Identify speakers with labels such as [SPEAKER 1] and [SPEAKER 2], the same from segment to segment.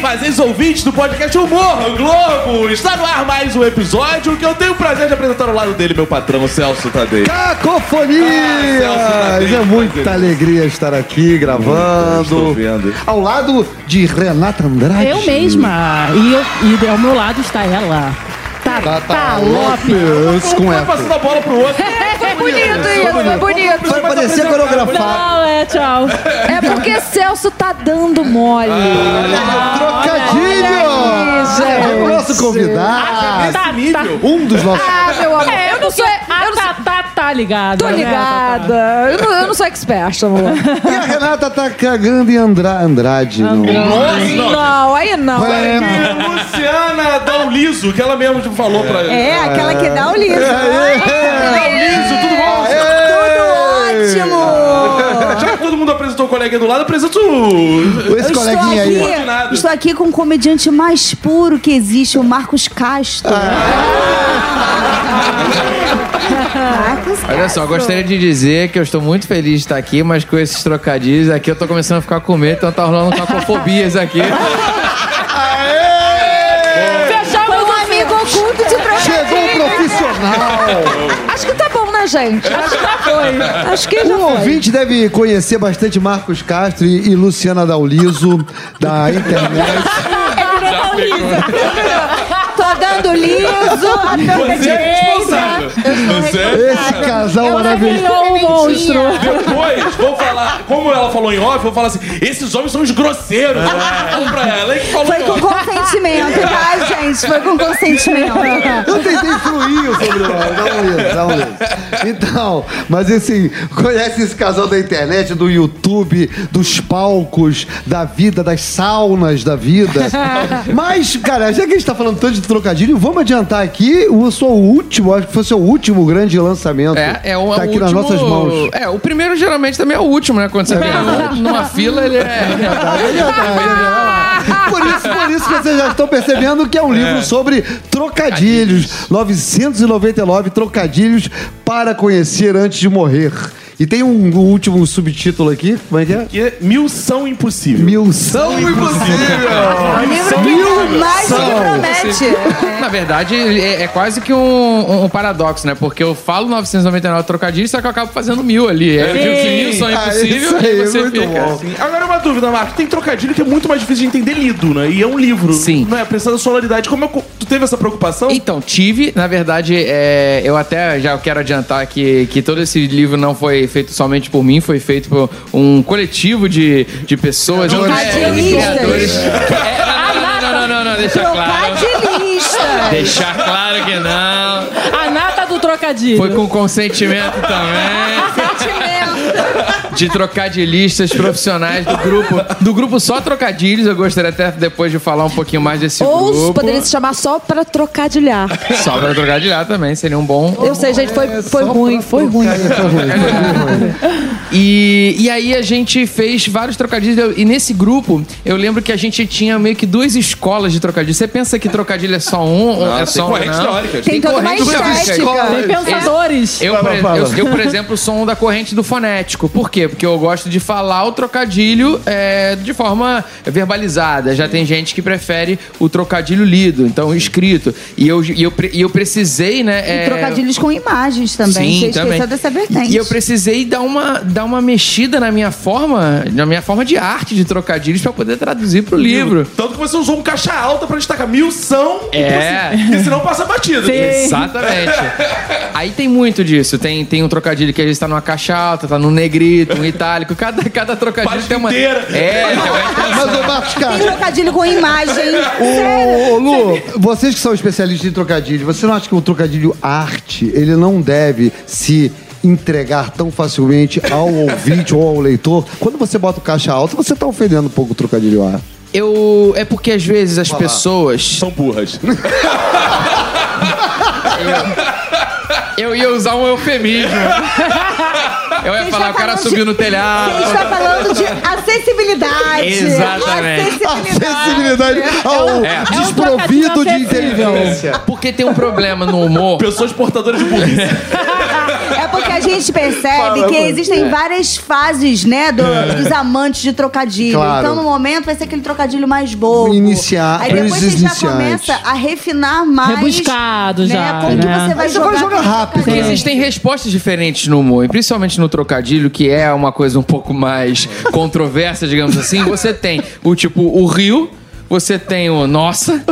[SPEAKER 1] fazeres ouvintes do podcast Humor Globo. Está no ar mais um episódio que eu tenho o prazer de apresentar ao lado dele, meu patrão, Celso Tadei. Ah,
[SPEAKER 2] Cacofonia!
[SPEAKER 1] Celso, tá bem,
[SPEAKER 2] é muita
[SPEAKER 1] tá bem.
[SPEAKER 2] alegria estar aqui
[SPEAKER 1] estou
[SPEAKER 2] gravando.
[SPEAKER 1] vendo.
[SPEAKER 2] Ao lado de Renata Andrade.
[SPEAKER 3] Eu mesma. E, eu- e ao meu lado está ela. Tata,
[SPEAKER 4] Tá
[SPEAKER 2] Tata
[SPEAKER 3] Lopes.
[SPEAKER 2] Lopes
[SPEAKER 1] Um
[SPEAKER 2] com
[SPEAKER 1] vai
[SPEAKER 2] F.
[SPEAKER 1] passando a bola pro outro.
[SPEAKER 5] É, Foi bonito isso, foi bonito.
[SPEAKER 2] Vai parecer coreografado.
[SPEAKER 3] Não, é, tchau.
[SPEAKER 5] É porque Celso tá dando mole.
[SPEAKER 2] Trocadilho!
[SPEAKER 5] olha aí,
[SPEAKER 2] É o
[SPEAKER 5] gente.
[SPEAKER 2] nosso
[SPEAKER 1] Ah,
[SPEAKER 2] convidado.
[SPEAKER 1] Nesse nível.
[SPEAKER 2] Um dos nossos.
[SPEAKER 5] Ah, meu amor.
[SPEAKER 3] É,
[SPEAKER 5] eu não sou.
[SPEAKER 3] Ah,
[SPEAKER 5] Eu não sou-
[SPEAKER 3] tá, tá, tá ligada.
[SPEAKER 5] Tô
[SPEAKER 3] né, Tatá?
[SPEAKER 5] ligada. Eu não, eu não sou expert, amor.
[SPEAKER 2] E a Renata tá cagando em Andra... Andrade. não.
[SPEAKER 1] Nossa, não.
[SPEAKER 5] Não, aí não.
[SPEAKER 2] É,
[SPEAKER 5] aí não.
[SPEAKER 1] E Luciana Dão Liso, que ela mesmo falou pra
[SPEAKER 5] É, aquela que dá o liso. É,
[SPEAKER 1] Dão Liso, tudo bom?
[SPEAKER 5] Tudo ótimo.
[SPEAKER 1] Já que todo mundo apresentou o colega do lado, apresenta o...
[SPEAKER 2] Esse
[SPEAKER 4] Eu
[SPEAKER 2] coleguinha aí.
[SPEAKER 4] estou
[SPEAKER 2] ó.
[SPEAKER 4] aqui,
[SPEAKER 1] ó. Nada.
[SPEAKER 4] estou aqui com o comediante mais puro que existe, o Marcos Castro. Marcos Castro.
[SPEAKER 6] Olha só, gostaria de dizer que eu estou muito feliz de estar aqui, mas com esses trocadilhos aqui eu tô começando a ficar com medo, então tá rolando cacofobias aqui.
[SPEAKER 5] Foi um amigo oculto de professor.
[SPEAKER 2] Chegou um profissional.
[SPEAKER 5] Acho que tá bom, né, gente? Acho que já foi. Um Acho que já
[SPEAKER 2] O
[SPEAKER 5] foi.
[SPEAKER 2] ouvinte deve conhecer bastante Marcos Castro e, e Luciana Daulizo da internet.
[SPEAKER 5] Tô dando liso, a perna
[SPEAKER 1] Você é responsável. Você é
[SPEAKER 2] Esse casal maravilhoso.
[SPEAKER 3] Criou um monstro.
[SPEAKER 1] Depois, vou falar, como ela falou em off, eu vou falar assim: esses homens são os grosseiros. Vamos pra ela. É que falou
[SPEAKER 4] Foi
[SPEAKER 1] em
[SPEAKER 4] com
[SPEAKER 1] off.
[SPEAKER 4] consentimento, tá, gente? Foi com consentimento.
[SPEAKER 2] Eu tentei fluir o sobrenome. Dá um liso, dá um liso. Então, mas assim, conhece esse casal da internet, do YouTube, dos palcos, da vida, das saunas da vida. Mas, cara, já que a gente tá falando tanto de trocadilho, vamos adiantar aqui o seu último, acho que foi o seu último grande lançamento.
[SPEAKER 6] É, é um é
[SPEAKER 2] Tá
[SPEAKER 6] o
[SPEAKER 2] aqui
[SPEAKER 6] último,
[SPEAKER 2] nas nossas mãos.
[SPEAKER 6] É, o primeiro geralmente também é o último, né? Quando você vem numa fila, ele é.
[SPEAKER 2] É verdade, é verdade. Por isso, por isso que vocês já estão percebendo que é um livro sobre trocadilhos. 999 trocadilhos para conhecer antes de morrer. E tem um, um último subtítulo aqui, como é que é?
[SPEAKER 1] Que mil são impossíveis.
[SPEAKER 2] Mil são impossível!
[SPEAKER 4] O livro que mais do que
[SPEAKER 2] São.
[SPEAKER 4] promete.
[SPEAKER 6] Na verdade, ele é, é quase que um, um paradoxo, né? Porque eu falo 999 trocadilhos, só que eu acabo fazendo mil ali. É Eu digo que mil são
[SPEAKER 2] Ah,
[SPEAKER 6] impossíveis
[SPEAKER 2] isso aí,
[SPEAKER 6] e você
[SPEAKER 2] muito
[SPEAKER 6] fica.
[SPEAKER 2] bom.
[SPEAKER 6] assim.
[SPEAKER 1] Agora uma dúvida, Marco. Tem trocadilho que é muito mais difícil de entender lido, né? E é um livro.
[SPEAKER 6] Sim.
[SPEAKER 1] Não é? Precisa da sonoridade. Como é que tu teve essa preocupação?
[SPEAKER 6] Então, tive. Na verdade, é, eu até já quero adiantar que, que todo esse livro não foi feito somente por mim, foi feito por um coletivo de, de pessoas.
[SPEAKER 2] Não,
[SPEAKER 6] é,
[SPEAKER 4] trocadilhistas.
[SPEAKER 6] criadores. É, não, não, não, não, não, não, deixa claro.
[SPEAKER 4] Trocadilhista.
[SPEAKER 6] Deixar claro que não.
[SPEAKER 3] A nata do trocadilho.
[SPEAKER 6] Foi com consentimento também de trocadilhistas profissionais do grupo. Do grupo só trocadilhos. Eu gostaria até depois de falar um pouquinho mais desse
[SPEAKER 5] Ou
[SPEAKER 6] grupo.
[SPEAKER 5] poderia se chamar só pra trocadilhar.
[SPEAKER 6] Só pra trocadilhar também, seria um bom,
[SPEAKER 5] Eu sei, gente, foi, foi
[SPEAKER 2] só
[SPEAKER 5] ruim,
[SPEAKER 2] pra
[SPEAKER 5] foi ruim.
[SPEAKER 6] E, e aí a gente fez vários trocadilhos. E nesse grupo, eu lembro que a gente tinha meio que duas escolas de trocadilho. Você pensa que trocadilho é só um? ou é
[SPEAKER 1] tem
[SPEAKER 6] só um
[SPEAKER 1] correntes
[SPEAKER 6] não?
[SPEAKER 1] teóricas.
[SPEAKER 4] Tem toda uma
[SPEAKER 6] corrente da
[SPEAKER 4] estética.
[SPEAKER 3] Tem pensadores.
[SPEAKER 6] Eu,
[SPEAKER 2] Fala,
[SPEAKER 6] por-
[SPEAKER 2] fala.
[SPEAKER 6] eu- eu, por exemplo, sou um da corrente do fonético. Por quê? Porque eu gosto de falar o trocadilho é, de forma verbalizada. Já tem gente que prefere o trocadilho lido, então escrito. E eu, e eu, pre- e eu precisei, né? é,
[SPEAKER 4] Trocadilhos com imagens também. Você esqueceu é dessa vertente.
[SPEAKER 6] e eu precisei dar uma, dar uma mexida na minha forma, na minha forma de arte de trocadilhos pra poder traduzir pro livro.
[SPEAKER 1] Tanto que você usou um caixa alta pra destacar mil são
[SPEAKER 6] É.
[SPEAKER 1] impossíveis. Porque senão passa batido.
[SPEAKER 6] Exatamente. Aí tem muito disso. Tem, tem um trocadilho que às vezes tá numa caixa alta, tá num negrito, um itálico. Cada, cada trocadilho
[SPEAKER 1] Página
[SPEAKER 6] tem uma.
[SPEAKER 1] inteira.
[SPEAKER 6] É, tem uma
[SPEAKER 2] Mas, ô, Marcos
[SPEAKER 4] Tem
[SPEAKER 2] Castro,
[SPEAKER 4] trocadilho com imagem.
[SPEAKER 2] ô, ô, Lu, vocês que são especialistas em trocadilho, você não acha que o trocadilho arte, ele não deve se entregar tão facilmente ao ouvinte ou ao leitor? Quando você bota o caixa alta, você tá ofendendo um pouco o trocadilho arte.
[SPEAKER 6] Eu. É porque às vezes as
[SPEAKER 2] Olá.
[SPEAKER 6] pessoas.
[SPEAKER 1] São burras.
[SPEAKER 6] Eu ia usar um eufemismo. Eu ia
[SPEAKER 4] Ele
[SPEAKER 6] falar,
[SPEAKER 4] tá
[SPEAKER 6] o cara
[SPEAKER 4] falando
[SPEAKER 6] subiu
[SPEAKER 4] de-
[SPEAKER 6] no
[SPEAKER 4] A gente
[SPEAKER 6] telhado.
[SPEAKER 4] tá falando de acessibilidade.
[SPEAKER 6] Exatamente.
[SPEAKER 4] Acessibilidade.
[SPEAKER 2] Acessibilidade ao
[SPEAKER 6] É.
[SPEAKER 2] desprovido de
[SPEAKER 3] acessível.
[SPEAKER 2] inteligência.
[SPEAKER 6] Porque tem um problema no humor.
[SPEAKER 1] Pessoas portadoras de burrice.
[SPEAKER 4] É porque a gente gente percebe
[SPEAKER 1] Fala,
[SPEAKER 4] que
[SPEAKER 1] mano.
[SPEAKER 2] É.
[SPEAKER 4] existem várias fases, né, do- dos amantes de trocadilho.
[SPEAKER 2] Claro.
[SPEAKER 4] Então, no momento, vai ser aquele trocadilho mais bobo.
[SPEAKER 2] Iniciar-
[SPEAKER 4] Aí depois
[SPEAKER 2] pros
[SPEAKER 4] você já
[SPEAKER 2] iniciantes.
[SPEAKER 4] começa a refinar mais.
[SPEAKER 3] Rebuscado
[SPEAKER 4] né,
[SPEAKER 3] já,
[SPEAKER 4] Como que
[SPEAKER 3] né?
[SPEAKER 4] você vai
[SPEAKER 2] Aí você
[SPEAKER 4] jogar.
[SPEAKER 2] vai jogar
[SPEAKER 4] com o
[SPEAKER 2] rápido,
[SPEAKER 4] trocadilho.
[SPEAKER 6] Porque existem respostas diferentes no humor, e principalmente no trocadilho, que é uma coisa um pouco mais controversa, digamos assim. Você tem o tipo o rio. Você tem o nossa,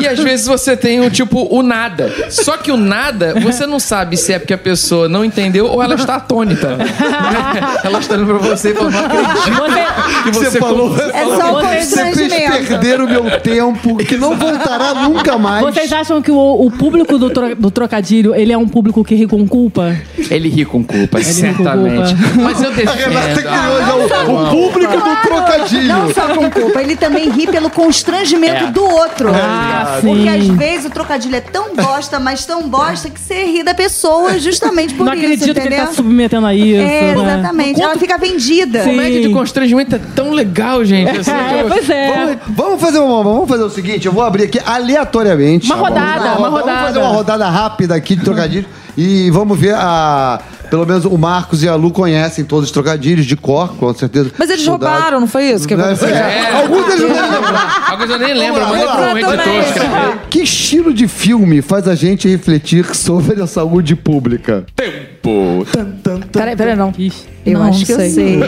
[SPEAKER 6] e às vezes você tem o tipo o nada. Só que o nada, você não sabe se é porque a pessoa não entendeu ou ela está atônita. ela está olhando pra você e falando, não acredito
[SPEAKER 3] Ah, Você-
[SPEAKER 6] que você, falou.
[SPEAKER 4] É só o
[SPEAKER 2] Você fez
[SPEAKER 4] constrangimento.
[SPEAKER 2] perder o meu tempo, que não voltará nunca mais.
[SPEAKER 3] Vocês acham que o, o público do, tro- do trocadilho, ele é um público que ri com culpa?
[SPEAKER 6] Ele ri com culpa,
[SPEAKER 3] ri com
[SPEAKER 6] certamente.
[SPEAKER 3] culpa.
[SPEAKER 6] Mas eu
[SPEAKER 2] A Renata
[SPEAKER 6] defendo. Ah,
[SPEAKER 2] criou já o, o público do
[SPEAKER 4] Não
[SPEAKER 2] trocadilho.
[SPEAKER 4] só com culpa, ele também ri pelo constrangimento
[SPEAKER 6] É.
[SPEAKER 4] do outro.
[SPEAKER 3] Ah,
[SPEAKER 4] Porque
[SPEAKER 3] sim.
[SPEAKER 4] às vezes o trocadilho é tão bosta, mas tão bosta que você ri da pessoa justamente por
[SPEAKER 3] não
[SPEAKER 4] isso,
[SPEAKER 3] acredito que ele
[SPEAKER 4] entendeu?
[SPEAKER 3] tá se submetendo a isso. né?
[SPEAKER 4] é, exatamente. Ela fica vendida.
[SPEAKER 3] Sim.
[SPEAKER 6] Comédia de constrangimento é tão legal, gente. assim,
[SPEAKER 3] É,
[SPEAKER 6] tipo,
[SPEAKER 3] pois é.
[SPEAKER 2] Vamos, vamos fazer uma, vamos fazer o seguinte, eu vou abrir aqui aleatoriamente. Tá
[SPEAKER 3] Uma rodada, uma
[SPEAKER 2] Vamos
[SPEAKER 3] rodada.
[SPEAKER 2] fazer uma rodada rápida aqui de trocadilho e vamos ver a pelo menos o Marcos e a Lu conhecem todos os trocadilhos de cor, com certeza.
[SPEAKER 5] Mas eles
[SPEAKER 2] Estudaram.
[SPEAKER 5] roubaram, não foi isso que
[SPEAKER 2] Não,
[SPEAKER 5] aconteceu?
[SPEAKER 2] é, Alguns eles não lembram.
[SPEAKER 6] Agora eu nem lembro,
[SPEAKER 2] Vamos
[SPEAKER 6] mandei
[SPEAKER 2] lá,
[SPEAKER 6] pro um
[SPEAKER 5] vamos lá.
[SPEAKER 6] editor escrever.
[SPEAKER 2] Que estilo de filme faz a gente refletir sobre a saúde pública?
[SPEAKER 1] Tempo. Tan, tan, tan.
[SPEAKER 5] Peraí, peraí, não.
[SPEAKER 3] Ixi.
[SPEAKER 5] Eu
[SPEAKER 4] Não,
[SPEAKER 5] acho que eu sei.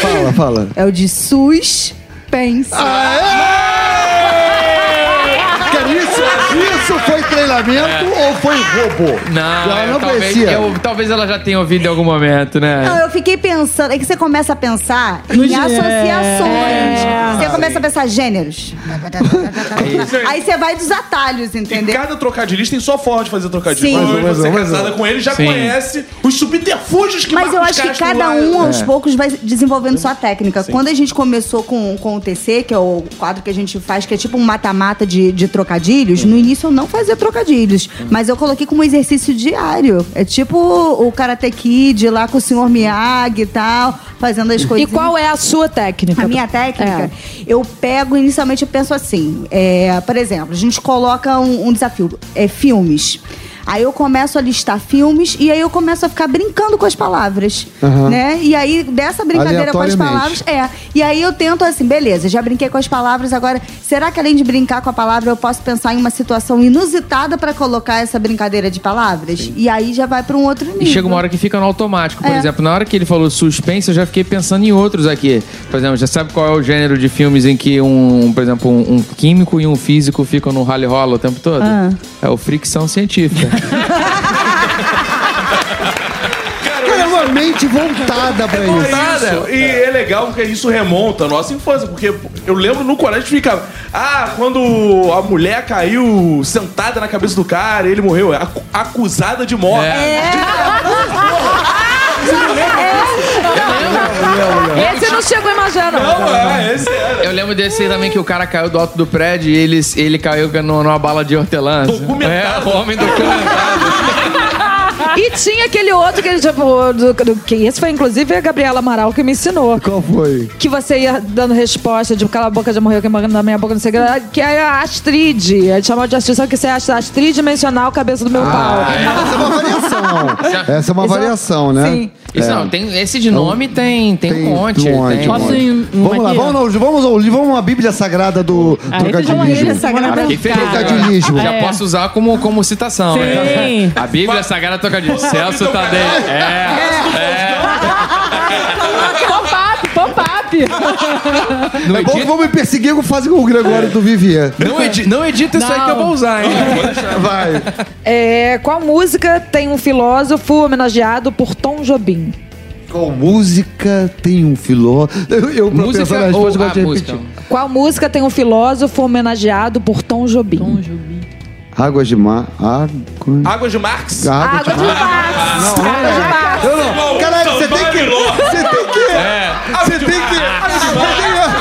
[SPEAKER 2] Fala, fala.
[SPEAKER 4] É o de SUS pensa.
[SPEAKER 2] Cara, Isso, isso foi treinamento ou foi roubo?
[SPEAKER 6] É. Não,
[SPEAKER 2] ela
[SPEAKER 6] eu-
[SPEAKER 2] não
[SPEAKER 6] talvez,
[SPEAKER 2] conhecia. Ah,
[SPEAKER 6] eu- talvez ela já tenha ouvido em algum momento,
[SPEAKER 4] Não,
[SPEAKER 6] né?
[SPEAKER 4] eu fiquei pensando. É que você começa a pensar
[SPEAKER 3] No
[SPEAKER 4] em
[SPEAKER 3] gê-
[SPEAKER 4] associações.
[SPEAKER 3] é.
[SPEAKER 4] Você começa a pensar gêneros. Aí você vai dos atalhos,
[SPEAKER 1] E
[SPEAKER 4] entendeu?
[SPEAKER 1] cada trocadilhista tem sua forma de fazer trocadilho.
[SPEAKER 4] Sim.
[SPEAKER 1] Mas
[SPEAKER 2] Mais
[SPEAKER 1] você
[SPEAKER 2] um, mais um,
[SPEAKER 1] é
[SPEAKER 2] mais um.
[SPEAKER 1] casada com ele já
[SPEAKER 6] Sim.
[SPEAKER 1] conhece os subterfúgios que
[SPEAKER 4] Mas eu
[SPEAKER 1] Marcos
[SPEAKER 4] acho que
[SPEAKER 1] Castro
[SPEAKER 4] cada
[SPEAKER 1] lá-
[SPEAKER 4] um, aos poucos, vai desenvolvendo sua técnica. Quando a gente começou com, com o TC, que é o quadro que a gente faz, que é tipo um mata-mata de, de trocadilhos, no início eu não fazia trocadilhos. Mas eu coloquei como exercício diário. É tipo o Karate Kid lá com o Sr. Miyagi e tal, fazendo as
[SPEAKER 5] E
[SPEAKER 4] coisas.
[SPEAKER 5] qual é a sua técnica?
[SPEAKER 4] A minha técnica,
[SPEAKER 5] É.
[SPEAKER 4] eu pego inicialmente, eu penso assim, é, por exemplo, a gente coloca um, um desafio, é filmes. Aí eu começo a listar filmes e aí eu começo a ficar brincando com as palavras, né? E aí dessa brincadeira com as
[SPEAKER 2] Aleatoriamente.
[SPEAKER 4] palavras, é. E aí eu tento assim, beleza, já brinquei com as palavras, agora será que além de brincar com a palavra eu posso pensar em uma situação inusitada pra colocar essa brincadeira de palavras? E aí já vai pra um outro nível.
[SPEAKER 6] E chega uma hora que fica no automático. Por
[SPEAKER 4] É.
[SPEAKER 6] exemplo, na hora que ele falou suspense, eu já fiquei pensando em outros aqui. Por exemplo, já sabe qual é o gênero de filmes em que um, por exemplo, um, um químico e um físico ficam no rally rola o tempo todo?
[SPEAKER 2] Ah.
[SPEAKER 6] É o fricção científica.
[SPEAKER 2] Cara, é uma mente voltada
[SPEAKER 4] um
[SPEAKER 2] pra
[SPEAKER 1] É
[SPEAKER 2] isso.
[SPEAKER 1] isso. E é legal porque isso remonta à nossa infância, porque eu lembro no colégio ficava, ah, quando a mulher caiu sentada na cabeça do cara, ele morreu, É acu- acusada de morte.
[SPEAKER 5] É. Esse não chegou a imaginar, não.
[SPEAKER 1] Não, é, esse era.
[SPEAKER 6] Eu lembro desse aí também que o cara caiu do alto do prédio e ele, ele caiu no- numa bala de hortelã.
[SPEAKER 1] Documentado.
[SPEAKER 6] É, o homem do cano.
[SPEAKER 5] E tinha aquele outro que ele já falou, do- do- que esse foi inclusive a Gabriela Amaral que me ensinou.
[SPEAKER 2] Qual foi?
[SPEAKER 5] Que você ia dando resposta de cala a boca, já morreu, quem morreu na minha boca, não sei o que. lá", Que era a Astrid. A gente chamava de Astrid, sabe o que você acha? Astrid dimensional, cabeça do meu pau.
[SPEAKER 2] Essa é uma variação. Essa é uma
[SPEAKER 5] Isso é-
[SPEAKER 2] variação, né?
[SPEAKER 5] Sim.
[SPEAKER 6] Isso não, tem, esse de nome tem, tem,
[SPEAKER 2] Tem
[SPEAKER 6] um monte.
[SPEAKER 2] um monte,
[SPEAKER 6] tem-
[SPEAKER 2] um monte.
[SPEAKER 3] Posso ir um
[SPEAKER 2] Vamos lá,
[SPEAKER 3] aqui?
[SPEAKER 2] vamos, ao- vamos, ao- vamos à Bíblia Sagrada do
[SPEAKER 3] Ah, esse já é uma
[SPEAKER 2] trocadilho.
[SPEAKER 3] orelha sagrada. É.
[SPEAKER 6] Fiquei feliz agora.
[SPEAKER 2] Trocadilismo.
[SPEAKER 6] Já posso usar como, como citação, né?
[SPEAKER 3] Sim.
[SPEAKER 6] A Bíblia Sagrada Trocadilho. Celso
[SPEAKER 2] um
[SPEAKER 6] Tadei. É.
[SPEAKER 3] Pop-up, pop-up.
[SPEAKER 6] Não
[SPEAKER 2] É bom que
[SPEAKER 6] edita,
[SPEAKER 2] vão me perseguir como fazem com o Gregório do Vivier.
[SPEAKER 6] não edi- não edita isso aí que eu vou usar, hein?
[SPEAKER 2] Vai.
[SPEAKER 5] É, qual música tem um filósofo homenageado por Tom Jobim?
[SPEAKER 2] Qual música tem um filó? Eu, eu pra pensar na
[SPEAKER 6] Música ou
[SPEAKER 2] resposta, eu
[SPEAKER 6] a
[SPEAKER 2] gosto de repetir.
[SPEAKER 6] música?
[SPEAKER 5] Qual música tem um filósofo homenageado por Tom Jobim?
[SPEAKER 2] Águas de mar. Água.
[SPEAKER 1] Águas de Marx.
[SPEAKER 5] Ah,
[SPEAKER 2] Água de mar. Eu não. Caralho, você tem que. Você tem que. Você tem que. Você tem que.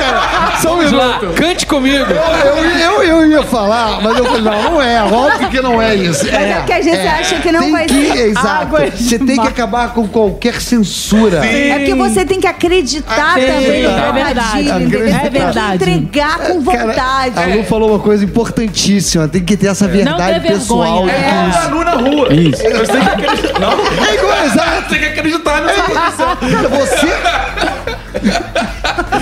[SPEAKER 2] Cara, só um
[SPEAKER 6] Ah, Vamos lá,
[SPEAKER 2] minuto.
[SPEAKER 6] cante comigo.
[SPEAKER 2] Eu, eu, eu ia falar, mas eu falei, não, não é. Óbvio que não é isso.
[SPEAKER 4] Mas é porque às vezes você acha que não
[SPEAKER 2] tem
[SPEAKER 4] vai
[SPEAKER 2] que,
[SPEAKER 4] ser
[SPEAKER 2] Exato.
[SPEAKER 4] águas de
[SPEAKER 2] Você tem que
[SPEAKER 4] mar.
[SPEAKER 2] acabar com qualquer censura.
[SPEAKER 4] É porque você tem que acreditar
[SPEAKER 2] Acreditar.
[SPEAKER 4] também no
[SPEAKER 3] É verdade.
[SPEAKER 4] trocadilho, entendeu? Você
[SPEAKER 2] É
[SPEAKER 4] Tem
[SPEAKER 3] verdade.
[SPEAKER 4] que entregar com vontade.
[SPEAKER 2] Cara, a Lu falou uma coisa importantíssima. Tem que ter essa
[SPEAKER 3] Não
[SPEAKER 2] verdade
[SPEAKER 3] ter
[SPEAKER 2] pessoal.
[SPEAKER 3] vergonha.
[SPEAKER 1] É, é. nu na rua. Você tem que acreditar. Não?
[SPEAKER 2] É igual, exato.
[SPEAKER 1] tem que acreditar nessa posição.
[SPEAKER 2] Cara, você.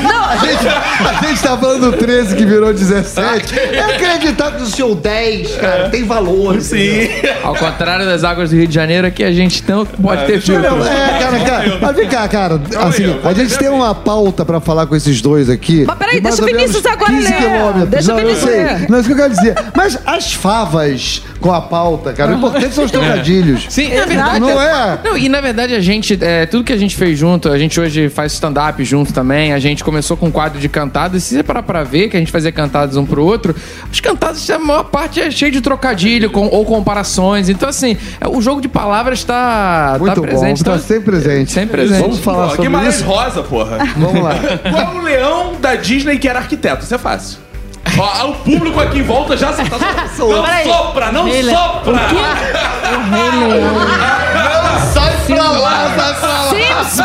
[SPEAKER 2] Não, a gente, a gente tá falando do 13 que virou 17. É acreditar que o seu 10, cara, tem valor. entendeu?
[SPEAKER 1] Sim.
[SPEAKER 6] Ao contrário das águas do Rio de Janeiro, aqui a gente não
[SPEAKER 2] Ah,
[SPEAKER 6] pode ter
[SPEAKER 2] Não,
[SPEAKER 6] filtro.
[SPEAKER 2] é, cara, cara. Mas vem cá, cara. Assim, a gente tem uma pauta pra falar com esses dois aqui.
[SPEAKER 5] Mas peraí,
[SPEAKER 2] de mais
[SPEAKER 5] deixa o
[SPEAKER 2] ou menos
[SPEAKER 5] Vinícius agora
[SPEAKER 2] 15
[SPEAKER 5] ler.
[SPEAKER 2] quilômetros.
[SPEAKER 5] Deixa o
[SPEAKER 2] não,
[SPEAKER 5] Vinícius
[SPEAKER 2] eu sei.
[SPEAKER 5] ler.
[SPEAKER 2] Não é isso que eu quero dizer. Mas as favas com a pauta, cara, o importante são os trocadilhos.
[SPEAKER 6] Sim,
[SPEAKER 5] É.
[SPEAKER 6] na verdade.
[SPEAKER 2] Não é?
[SPEAKER 6] Não, e na verdade a gente, é, tudo que a gente fez junto, a gente hoje faz stand-up junto também, a gente começou com um quadro de cantadas, e se você parar pra ver que a gente fazia cantadas um pro outro, os cantados, a maior parte é cheio de trocadilho com- ou comparações, então assim, é, o jogo de palavras tá,
[SPEAKER 2] Muito
[SPEAKER 6] tá
[SPEAKER 2] bom,
[SPEAKER 6] presente.
[SPEAKER 2] tá
[SPEAKER 6] então-
[SPEAKER 2] sempre presente.
[SPEAKER 6] Sempre presente.
[SPEAKER 2] Vamos falar
[SPEAKER 1] Pô,
[SPEAKER 2] sobre
[SPEAKER 1] Guimarães
[SPEAKER 2] isso?
[SPEAKER 1] Rosa, porra.
[SPEAKER 2] Vamos lá.
[SPEAKER 1] Qual é o leão da Disney que era arquiteto? Isso é fácil. Ó, o público aqui em volta já se tá Não
[SPEAKER 5] Peraí.
[SPEAKER 1] sopra, não
[SPEAKER 3] Rei Leão.
[SPEAKER 1] sopra!
[SPEAKER 2] Sai pra lá, sai pra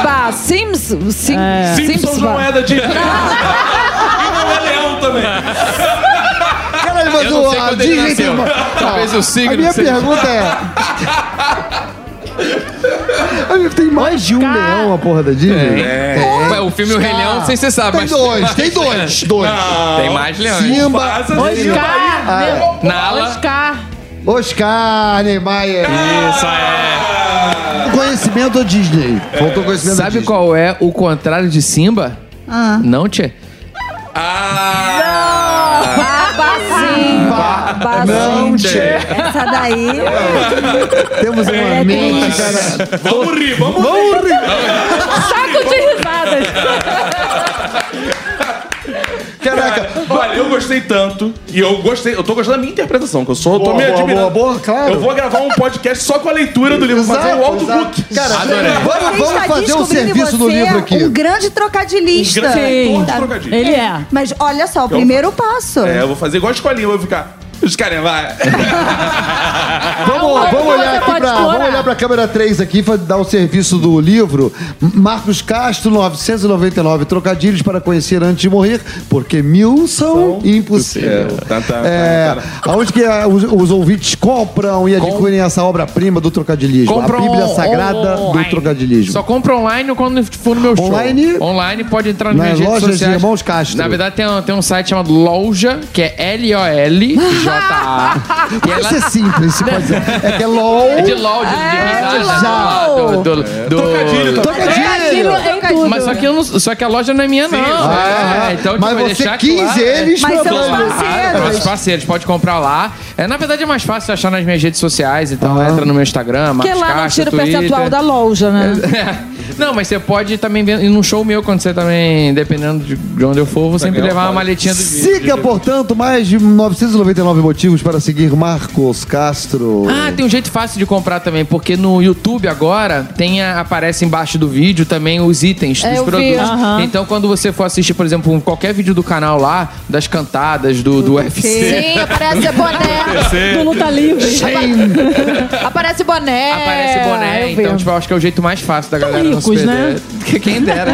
[SPEAKER 2] lá.
[SPEAKER 5] Simsba, Sims, Sim,
[SPEAKER 1] Simpsons não é da Disney. e não é leão também.
[SPEAKER 2] Caralho, mas
[SPEAKER 6] Eu não
[SPEAKER 2] o-
[SPEAKER 6] sei
[SPEAKER 2] a
[SPEAKER 6] quando ele
[SPEAKER 2] Disney tem
[SPEAKER 6] nasceu.
[SPEAKER 2] uma.
[SPEAKER 6] Talvez o signo
[SPEAKER 2] A minha
[SPEAKER 6] seja-
[SPEAKER 2] pergunta é. Tem mais de um leão a porra da Disney?
[SPEAKER 6] É. Ué, o filme O Rei Leão, não sei se você sabe,
[SPEAKER 2] Tem
[SPEAKER 6] mas
[SPEAKER 2] dois, tem dois, dois.
[SPEAKER 6] tem mais leões.
[SPEAKER 2] Simba,
[SPEAKER 1] Passa assim,
[SPEAKER 3] Oscar!
[SPEAKER 2] Ah,
[SPEAKER 3] meu-
[SPEAKER 6] Nala.
[SPEAKER 3] Oscar!
[SPEAKER 2] Oscar, Niemeyer.
[SPEAKER 6] Isso é.
[SPEAKER 2] Conhecimento da Disney. Faltou conhecimento da
[SPEAKER 6] Sabe
[SPEAKER 2] Disney.
[SPEAKER 6] qual é o contrário de Simba?
[SPEAKER 4] Ah.
[SPEAKER 6] Não, tchê.
[SPEAKER 5] Ah,
[SPEAKER 2] Não,
[SPEAKER 6] tchê.
[SPEAKER 4] Essa daí.
[SPEAKER 2] Temos uma mente, cara.
[SPEAKER 1] Vamos rir, vamos rir.
[SPEAKER 2] Vamos rir.
[SPEAKER 3] Saco de risadas!
[SPEAKER 2] Caraca.
[SPEAKER 1] Olha, eu gostei tanto. E eu gostei. Eu tô gostando da minha interpretação, que eu sou. eu tô
[SPEAKER 2] Boa,
[SPEAKER 1] me
[SPEAKER 2] boa,
[SPEAKER 1] admirando.
[SPEAKER 2] boa, boa, claro.
[SPEAKER 1] Eu vou gravar um podcast só com a leitura do livro, fazer um audiobook.
[SPEAKER 2] Cara,
[SPEAKER 6] Adorei.
[SPEAKER 2] vamos,
[SPEAKER 4] Você
[SPEAKER 2] vamos
[SPEAKER 4] está
[SPEAKER 2] fazer um
[SPEAKER 4] descobrindo em
[SPEAKER 2] serviço do
[SPEAKER 4] você
[SPEAKER 2] livro aqui.
[SPEAKER 4] Um grande trocadilista.
[SPEAKER 1] Um grande leitor de
[SPEAKER 4] tá
[SPEAKER 1] trocadilho.
[SPEAKER 3] Ele é.
[SPEAKER 4] Mas olha só, o primeiro passo.
[SPEAKER 1] É, eu vou fazer igual a escolinha, eu vou ficar. Os caras vai.
[SPEAKER 2] Vamos,
[SPEAKER 3] Ah,
[SPEAKER 2] vamos
[SPEAKER 3] você
[SPEAKER 2] olhar aqui
[SPEAKER 3] pode
[SPEAKER 2] pra,
[SPEAKER 3] explorar.
[SPEAKER 2] vamos olhar pra câmera 3 aqui pra dar o serviço do livro. Marcos Castro, 999 trocadilhos para conhecer antes de morrer, porque mil são impossíveis.
[SPEAKER 6] É,
[SPEAKER 1] impossível. Tá, tá,
[SPEAKER 2] É, aonde que ah, os, os ouvintes compram e adquirem essa obra-prima do trocadilhismo?
[SPEAKER 6] Compra
[SPEAKER 2] a Bíblia
[SPEAKER 6] on-
[SPEAKER 2] Sagrada
[SPEAKER 6] on-
[SPEAKER 2] do
[SPEAKER 6] online.
[SPEAKER 2] trocadilhismo.
[SPEAKER 6] Só compra online quando for no meu show.
[SPEAKER 2] Online?
[SPEAKER 6] Online pode entrar nas
[SPEAKER 2] Nas
[SPEAKER 6] minhas redes
[SPEAKER 2] lojas de
[SPEAKER 6] sociais.
[SPEAKER 2] Irmãos Castro.
[SPEAKER 6] Na verdade, tem um, tem um site chamado Loja, que é L-O-L-J-A. e
[SPEAKER 2] Pode
[SPEAKER 6] ela
[SPEAKER 2] ser simples, se pode dizer. É que é LOL.
[SPEAKER 6] é de LOL, de, de risada,
[SPEAKER 2] já.
[SPEAKER 6] do- do- do-
[SPEAKER 1] Trocadilho,
[SPEAKER 2] É
[SPEAKER 1] tá?
[SPEAKER 5] É,
[SPEAKER 2] Trocadilho!
[SPEAKER 3] Filho em tudo.
[SPEAKER 6] Mas só que, eu não- só que a loja não é minha, não.
[SPEAKER 2] Ah,
[SPEAKER 6] É, então,
[SPEAKER 2] mas
[SPEAKER 6] tipo,
[SPEAKER 2] você
[SPEAKER 6] deixar
[SPEAKER 2] quis
[SPEAKER 6] claro.
[SPEAKER 2] eles
[SPEAKER 4] Mas
[SPEAKER 2] pra
[SPEAKER 4] são os
[SPEAKER 2] nós.
[SPEAKER 6] Ah, nossos
[SPEAKER 4] parceiros.
[SPEAKER 6] parceiros, pode comprar lá. É, na verdade é mais fácil achar nas minhas redes sociais, então
[SPEAKER 2] Ah.
[SPEAKER 6] entra no meu Instagram,
[SPEAKER 5] Porque
[SPEAKER 6] Marcos
[SPEAKER 5] lá não
[SPEAKER 6] Castro,
[SPEAKER 5] tira o
[SPEAKER 6] Twitter.
[SPEAKER 5] percentual da loja, né?
[SPEAKER 6] Não, mas você pode também ver ir num show meu quando você também, dependendo de- de onde eu for, vou sempre
[SPEAKER 1] ganhar um
[SPEAKER 6] levar uma
[SPEAKER 1] vale.
[SPEAKER 6] maletinha do
[SPEAKER 2] Siga,
[SPEAKER 6] vídeo.
[SPEAKER 2] portanto, mais de 999 motivos para seguir Marcos Castro.
[SPEAKER 6] Ah, tem um jeito fácil de comprar também, porque no YouTube agora tem a- aparece embaixo do vídeo também os itens
[SPEAKER 5] É,
[SPEAKER 6] dos
[SPEAKER 5] eu vi.
[SPEAKER 6] produtos.
[SPEAKER 3] Aham.
[SPEAKER 6] Então, quando você for assistir, por exemplo, um- qualquer vídeo do canal lá, das cantadas, do, do UFC,
[SPEAKER 7] Sim, aparece boné.
[SPEAKER 2] É.
[SPEAKER 3] Do luta tá livre.
[SPEAKER 7] Aparece boné.
[SPEAKER 6] aparece boné.
[SPEAKER 7] eu vi.
[SPEAKER 6] Então, tipo, eu acho que é o jeito mais fácil da galera não se
[SPEAKER 3] ricos,
[SPEAKER 6] perder.
[SPEAKER 3] né?
[SPEAKER 6] Quem dera.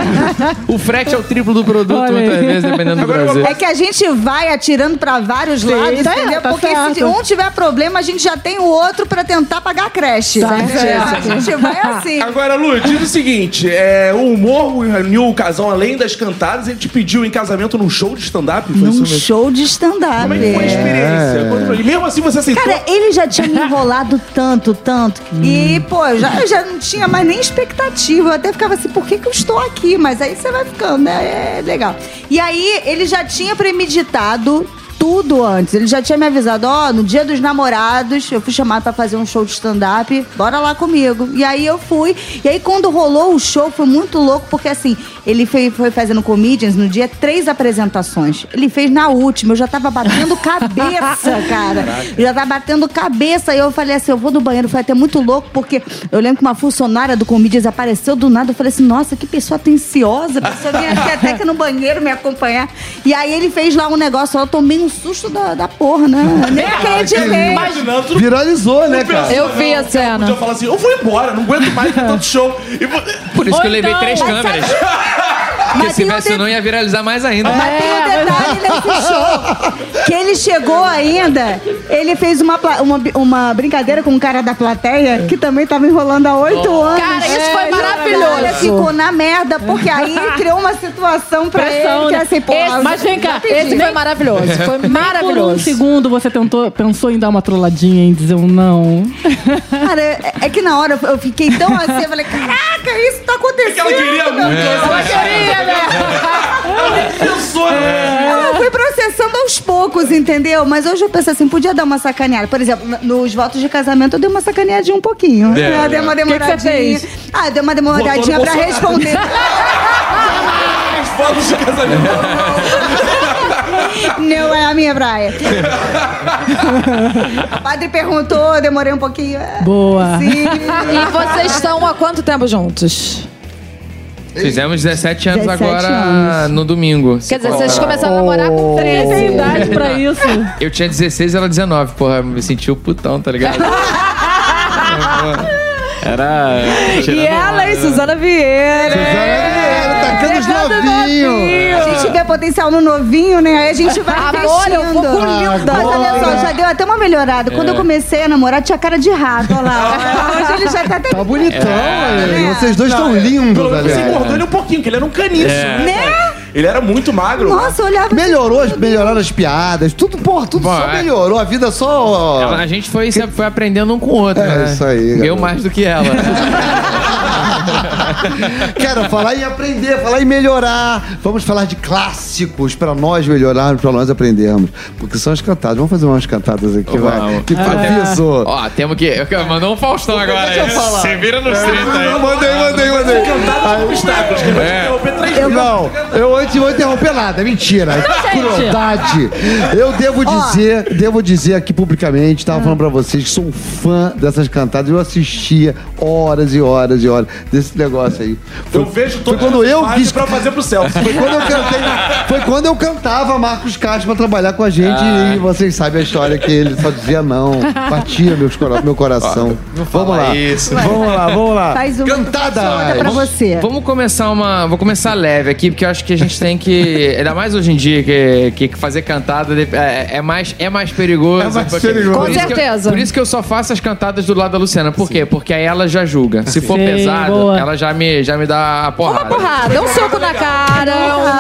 [SPEAKER 6] o frete é o triplo do produto,
[SPEAKER 3] Olha
[SPEAKER 6] muitas
[SPEAKER 3] aí.
[SPEAKER 6] vezes, dependendo do
[SPEAKER 1] Agora eu
[SPEAKER 6] Brasil.
[SPEAKER 4] É que a gente vai atirando pra vários lados,
[SPEAKER 3] tá,
[SPEAKER 4] entendeu?
[SPEAKER 3] tá
[SPEAKER 4] Porque se
[SPEAKER 3] certo.
[SPEAKER 4] um tiver problema, a gente já tem o outro pra tentar pagar a creche.
[SPEAKER 3] Tá
[SPEAKER 4] entendeu?
[SPEAKER 3] certo.
[SPEAKER 4] A gente vai assim.
[SPEAKER 1] Agora, Lu, diz o seguinte: é, o humor reuniu o casal além das cantadas, ele te pediu em casamento num show de stand-up? Foi isso
[SPEAKER 4] Num
[SPEAKER 1] mesmo?
[SPEAKER 4] show de stand-up.
[SPEAKER 1] Como é que foi a experiência? Conta pra mim. Mesmo assim você aceitou.
[SPEAKER 4] Cara, ele já tinha me enrolado tanto, tanto. E, pô, eu já, eu já não tinha mais nem expectativa. Eu até ficava assim, por que, que eu estou aqui? Mas aí você vai ficando, né? É legal. E aí, ele já tinha premeditado tudo antes. Ele já tinha me avisado, ó, no dia dos namorados, eu fui chamada pra fazer um show de stand-up, bora lá comigo. E aí eu fui. E aí quando rolou o show, foi muito louco, porque assim, ele foi, foi fazendo comedians no dia três apresentações. Ele fez na última, eu já tava batendo cabeça, cara. Eu já tava batendo cabeça. E eu falei assim, eu vou no banheiro. Foi até muito louco, porque eu lembro que uma funcionária do comedians apareceu do nada. Eu falei assim, nossa, que pessoa atenciosa. A pessoa vinha aqui até que no banheiro me acompanhar. E aí ele fez lá um negócio, eu tomei um susto da, da porra, né? Eu Nem acreditei.
[SPEAKER 1] Imaginando, tu não
[SPEAKER 2] Viralizou, né, cara?
[SPEAKER 5] Eu vi
[SPEAKER 1] podia
[SPEAKER 5] a cena.
[SPEAKER 1] falar assim: eu vou embora, não aguento mais ver tanto show. E vo-
[SPEAKER 6] Por isso
[SPEAKER 3] Ou
[SPEAKER 6] que eu levei
[SPEAKER 3] então-
[SPEAKER 6] três
[SPEAKER 3] Mas
[SPEAKER 6] câmeras. Porque
[SPEAKER 4] Mas
[SPEAKER 6] se
[SPEAKER 4] tem um
[SPEAKER 6] tivesse
[SPEAKER 4] de-
[SPEAKER 6] não, ia viralizar mais ainda.
[SPEAKER 4] Mas tem um detalhe nesse show. Que ele chegou ainda, ele fez uma, pla- uma, bi- uma brincadeira com um cara da plateia que também tava enrolando há oito anos.
[SPEAKER 7] Cara, isso foi
[SPEAKER 4] e o cara
[SPEAKER 7] maravilhoso.
[SPEAKER 4] ficou na merda, porque aí criou uma situação pra ele que
[SPEAKER 3] né?
[SPEAKER 4] era assim, pô,
[SPEAKER 3] Esse-
[SPEAKER 4] eu-
[SPEAKER 3] mas vem cá,
[SPEAKER 7] Esse foi maravilhoso. Foi
[SPEAKER 3] Por um
[SPEAKER 7] maravilhoso.
[SPEAKER 3] segundo você tentou, pensou em dar uma trolladinha e dizer um não.
[SPEAKER 4] Cara, é, é que na hora eu- eu fiquei tão assim, eu falei, caraca, isso tá acontecendo.
[SPEAKER 1] Porque ela queria
[SPEAKER 4] meu
[SPEAKER 1] muito,
[SPEAKER 4] Deus."
[SPEAKER 1] ela
[SPEAKER 7] Queria, né?
[SPEAKER 1] Pensou, né?
[SPEAKER 4] Eu fui processando aos poucos, entendeu? Mas hoje eu penso assim, podia dar uma sacaneada. Por exemplo, n- nos votos de casamento eu dei uma sacaneadinha um pouquinho.
[SPEAKER 6] Deu,
[SPEAKER 4] Eu dei uma demoradinha. Ah, eu dei uma demoradinha
[SPEAKER 1] Votou no
[SPEAKER 4] pra
[SPEAKER 1] Bolsonaro.
[SPEAKER 4] responder.
[SPEAKER 1] As fotos de casamento.
[SPEAKER 4] Não é a minha praia. o padre perguntou, eu demorei um pouquinho. É,
[SPEAKER 3] Boa.
[SPEAKER 4] Sim.
[SPEAKER 7] E vocês estão há quanto tempo juntos?
[SPEAKER 6] Fizemos 17 anos
[SPEAKER 4] 17
[SPEAKER 6] agora
[SPEAKER 4] anos.
[SPEAKER 6] no domingo.
[SPEAKER 7] Quer dizer, vocês começaram a namorar com
[SPEAKER 3] Tem
[SPEAKER 7] 13.
[SPEAKER 3] idade pra isso.
[SPEAKER 6] Eu tinha 16 e ela 19, porra. Me senti o putão, tá
[SPEAKER 2] É,
[SPEAKER 6] ligado? Era.
[SPEAKER 5] E é- ela e Suzana Vieira.
[SPEAKER 2] Ela tacando os novinhos.
[SPEAKER 4] A gente vê potencial no novinho, né? Aí a gente vai
[SPEAKER 7] Amor, eu
[SPEAKER 4] investindo.
[SPEAKER 7] vou com linda.
[SPEAKER 4] Mas olha só, já deu até uma melhorada. Quando eu comecei a namorar, tinha cara de rato, olha lá. Hoje ele já tá até...
[SPEAKER 2] Tá bonitão,
[SPEAKER 4] É.
[SPEAKER 2] é. Vocês dois estão
[SPEAKER 1] Pelo
[SPEAKER 2] lindos,
[SPEAKER 1] menos você
[SPEAKER 2] aliás.
[SPEAKER 1] engordou ele um pouquinho, que ele era um caniço.
[SPEAKER 2] É.
[SPEAKER 4] Né?
[SPEAKER 1] Ele era muito magro.
[SPEAKER 4] Nossa, eu olhava...
[SPEAKER 2] Melhorou, as- melhoraram as piadas, tudo, porra, tudo
[SPEAKER 6] Bom,
[SPEAKER 2] só
[SPEAKER 6] é.
[SPEAKER 2] melhorou, a vida só...
[SPEAKER 6] Ela- a gente foi, se- foi aprendendo um com o outro.
[SPEAKER 2] É,
[SPEAKER 6] né?
[SPEAKER 2] isso aí,
[SPEAKER 6] Eu
[SPEAKER 2] garoto.
[SPEAKER 6] mais do que ela.
[SPEAKER 2] Cara, falar em aprender, falar em melhorar. Vamos falar de clássicos pra nós melhorarmos, pra nós aprendermos. Porque são as cantadas. Vamos fazer umas cantadas aqui, vai.
[SPEAKER 6] Vamos.
[SPEAKER 2] Que improviso.
[SPEAKER 6] Ó, Ah, temos que. eu quero- Mandou um Faustão agora.
[SPEAKER 2] deixa eu
[SPEAKER 6] aí.
[SPEAKER 2] falar. É.
[SPEAKER 6] Se vira nos 30 aí.
[SPEAKER 2] Mandei, mandei, mandei. É.
[SPEAKER 1] Obstáculos, que ele vai te interromper três
[SPEAKER 2] Eu
[SPEAKER 1] vezes.
[SPEAKER 2] não, eu antes não vou interromper nada, é mentira. É Crueldade. Eu devo dizer, devo dizer aqui publicamente,
[SPEAKER 4] Ah.
[SPEAKER 2] tava falando pra vocês que sou um fã dessas cantadas. Eu assistia horas e horas e horas desse negócio aí.
[SPEAKER 1] Eu vejo
[SPEAKER 2] Foi
[SPEAKER 1] todo
[SPEAKER 2] quando eu É. quis
[SPEAKER 1] pra fazer pro Celso.
[SPEAKER 2] Foi quando eu cantei. Foi quando eu cantava Marcos Castro pra trabalhar com a gente. E vocês sabem a história que ele só dizia não. Batia meus cora- meu coração.
[SPEAKER 6] não fala
[SPEAKER 2] vamos lá.
[SPEAKER 6] isso.
[SPEAKER 2] Vamos lá, vamos lá.
[SPEAKER 4] Faz uma
[SPEAKER 2] Cantada!
[SPEAKER 4] Cantada pra você.
[SPEAKER 6] Vamos começar uma. Vou começar leve aqui, porque eu acho que a gente tem que. Ainda mais hoje em dia, que, que fazer cantada de- é, é mais, é mais perigoso.
[SPEAKER 2] É mais
[SPEAKER 6] porque-
[SPEAKER 2] perigoso.
[SPEAKER 6] por
[SPEAKER 7] Com
[SPEAKER 6] isso que eu-
[SPEAKER 7] certeza.
[SPEAKER 6] por isso que eu só faço as cantadas do lado da Luciana. Por quê? Porque aí ela já julga. Se for
[SPEAKER 3] Sim,
[SPEAKER 6] pesada,
[SPEAKER 3] boa.
[SPEAKER 6] ela já me, já me dá a porrada.
[SPEAKER 7] Uma porrada, um soco na
[SPEAKER 4] Ah,
[SPEAKER 7] cara.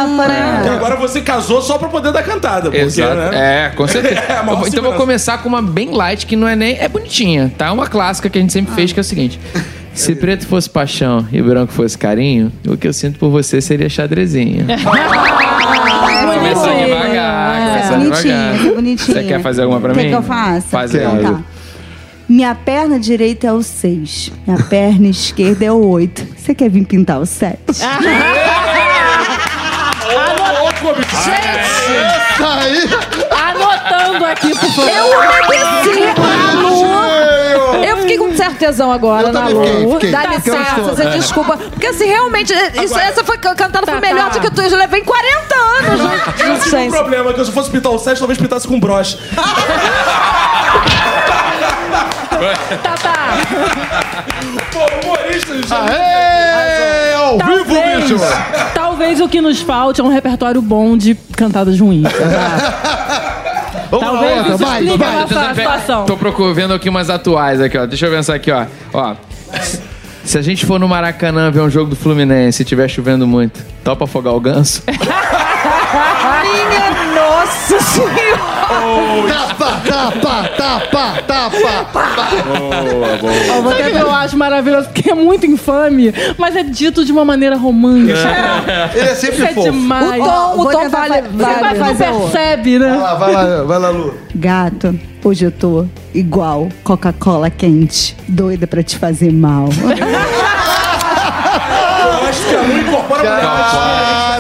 [SPEAKER 7] um-
[SPEAKER 1] E agora você casou só pra poder dar cantada. Porque,
[SPEAKER 6] Exato.
[SPEAKER 1] né?
[SPEAKER 6] É, com certeza.
[SPEAKER 1] É, a maior
[SPEAKER 6] então então vou
[SPEAKER 1] segurança.
[SPEAKER 6] começar com uma bem light, que não é nem. É bonitinha, tá? É uma clássica que a gente sempre fez, que é o seguinte: se preto fosse paixão e branco fosse carinho, o que eu sinto por você seria xadrezinho. Começou
[SPEAKER 4] Oi.
[SPEAKER 6] devagar,
[SPEAKER 4] Isso Ah, é
[SPEAKER 6] começou
[SPEAKER 4] bonitinho,
[SPEAKER 6] devagar.
[SPEAKER 4] isso é bonitinho.
[SPEAKER 6] Você quer fazer alguma pra mim?
[SPEAKER 4] Quer que eu faça?
[SPEAKER 6] Faz
[SPEAKER 4] então,
[SPEAKER 6] aí.
[SPEAKER 4] tá. Minha perna direita é o 6. Minha perna esquerda é o 8. Você quer vir pintar o 7?
[SPEAKER 1] Ô, ô, comigo.
[SPEAKER 2] Aí,
[SPEAKER 3] Anotando aqui, por favor.
[SPEAKER 7] Eu fiquei com um certo tesão agora
[SPEAKER 2] Eu
[SPEAKER 7] na
[SPEAKER 2] também
[SPEAKER 7] Lu.
[SPEAKER 2] fiquei, fiquei.
[SPEAKER 7] Dá
[SPEAKER 2] Fiquei
[SPEAKER 7] licença,
[SPEAKER 2] gostoso.
[SPEAKER 7] você desculpa. Porque assim, realmente, isso, essa foi cantada foi
[SPEAKER 3] Tá,
[SPEAKER 7] melhor
[SPEAKER 3] tá.
[SPEAKER 7] do que tu. Eu já levei 40 anos.
[SPEAKER 1] Eu tive um
[SPEAKER 7] Gente,
[SPEAKER 1] problema, que se eu fosse pintar o 7, talvez pintasse com broche.
[SPEAKER 7] tá, tá.
[SPEAKER 1] Pô, humorista, gente.
[SPEAKER 2] Ah, aê, ao vivo, bicho!
[SPEAKER 3] Talvez,
[SPEAKER 4] é
[SPEAKER 3] talvez o que nos falte é um repertório bom de cantadas ruins. Tá,
[SPEAKER 2] Vamos
[SPEAKER 3] Talvez
[SPEAKER 2] lá,
[SPEAKER 3] isso
[SPEAKER 2] outra, vai,
[SPEAKER 3] explique
[SPEAKER 2] vai.
[SPEAKER 3] a nossa situação.
[SPEAKER 6] Tô procurando vendo aqui umas atuais aqui, ó. Deixa eu pensar aqui, ó. Ó. Se a gente for no Maracanã ver um jogo do Fluminense e tiver chovendo muito, topa afogar o ganso?
[SPEAKER 7] Minha nossa senhora.
[SPEAKER 2] Tapa, tapa, tapa, tapa.
[SPEAKER 3] Sabe o que eu acho maravilhoso? Porque é muito infame, mas é dito de uma maneira romântica.
[SPEAKER 2] Ele é sempre
[SPEAKER 3] Isso é
[SPEAKER 2] fofo.
[SPEAKER 3] demais.
[SPEAKER 7] O tom,
[SPEAKER 4] Vou
[SPEAKER 7] o tom
[SPEAKER 4] tentar
[SPEAKER 7] vale.
[SPEAKER 4] fa-
[SPEAKER 7] vale.
[SPEAKER 3] Mas não
[SPEAKER 4] fazer o-
[SPEAKER 3] percebe, né?
[SPEAKER 2] Vai lá, vai lá, vai lá, Lu.
[SPEAKER 4] Gato, hoje eu tô igual Coca-Cola quente. Doida pra te fazer mal.
[SPEAKER 1] Eu acho que a Lu incorpora
[SPEAKER 2] é.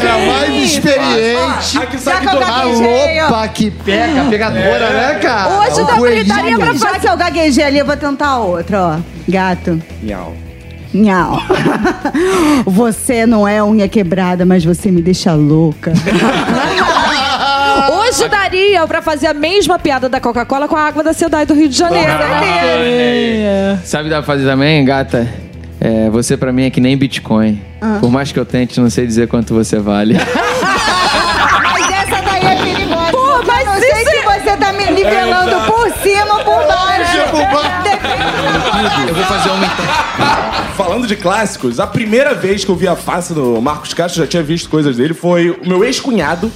[SPEAKER 2] Cara, mais experiente.
[SPEAKER 1] a que sai que
[SPEAKER 4] tá
[SPEAKER 2] A roupa que pega, pegadora, né, cara?
[SPEAKER 4] É. Hoje
[SPEAKER 2] O
[SPEAKER 4] dá
[SPEAKER 2] coelhinho.
[SPEAKER 4] gritaria pra fazer. Já que eu gaguejei ali, eu vou tentar outra, ó. Gato. Nhau. Você não é unha quebrada, mas você me deixa louca.
[SPEAKER 7] Hoje daria pra fazer a mesma piada da Coca-Cola
[SPEAKER 6] Ah,
[SPEAKER 7] com a água da cidade do Rio de Janeiro. né?
[SPEAKER 6] Sabe o que dá pra fazer também, gata? É, você pra mim é que nem Bitcoin. Por mais que eu tente, não sei dizer quanto você vale.
[SPEAKER 4] Mas essa daí é perigosa. Pô, mas não sei se
[SPEAKER 7] é-
[SPEAKER 4] você tá me nivelando
[SPEAKER 1] Exato.
[SPEAKER 4] por cima ou por baixo.
[SPEAKER 2] por baixo.
[SPEAKER 6] eu vou fazer uma.
[SPEAKER 1] Ah, Falando de clássicos, a primeira vez que eu vi a face do Marcos Castro, eu já tinha visto coisas dele, foi o meu ex-cunhado.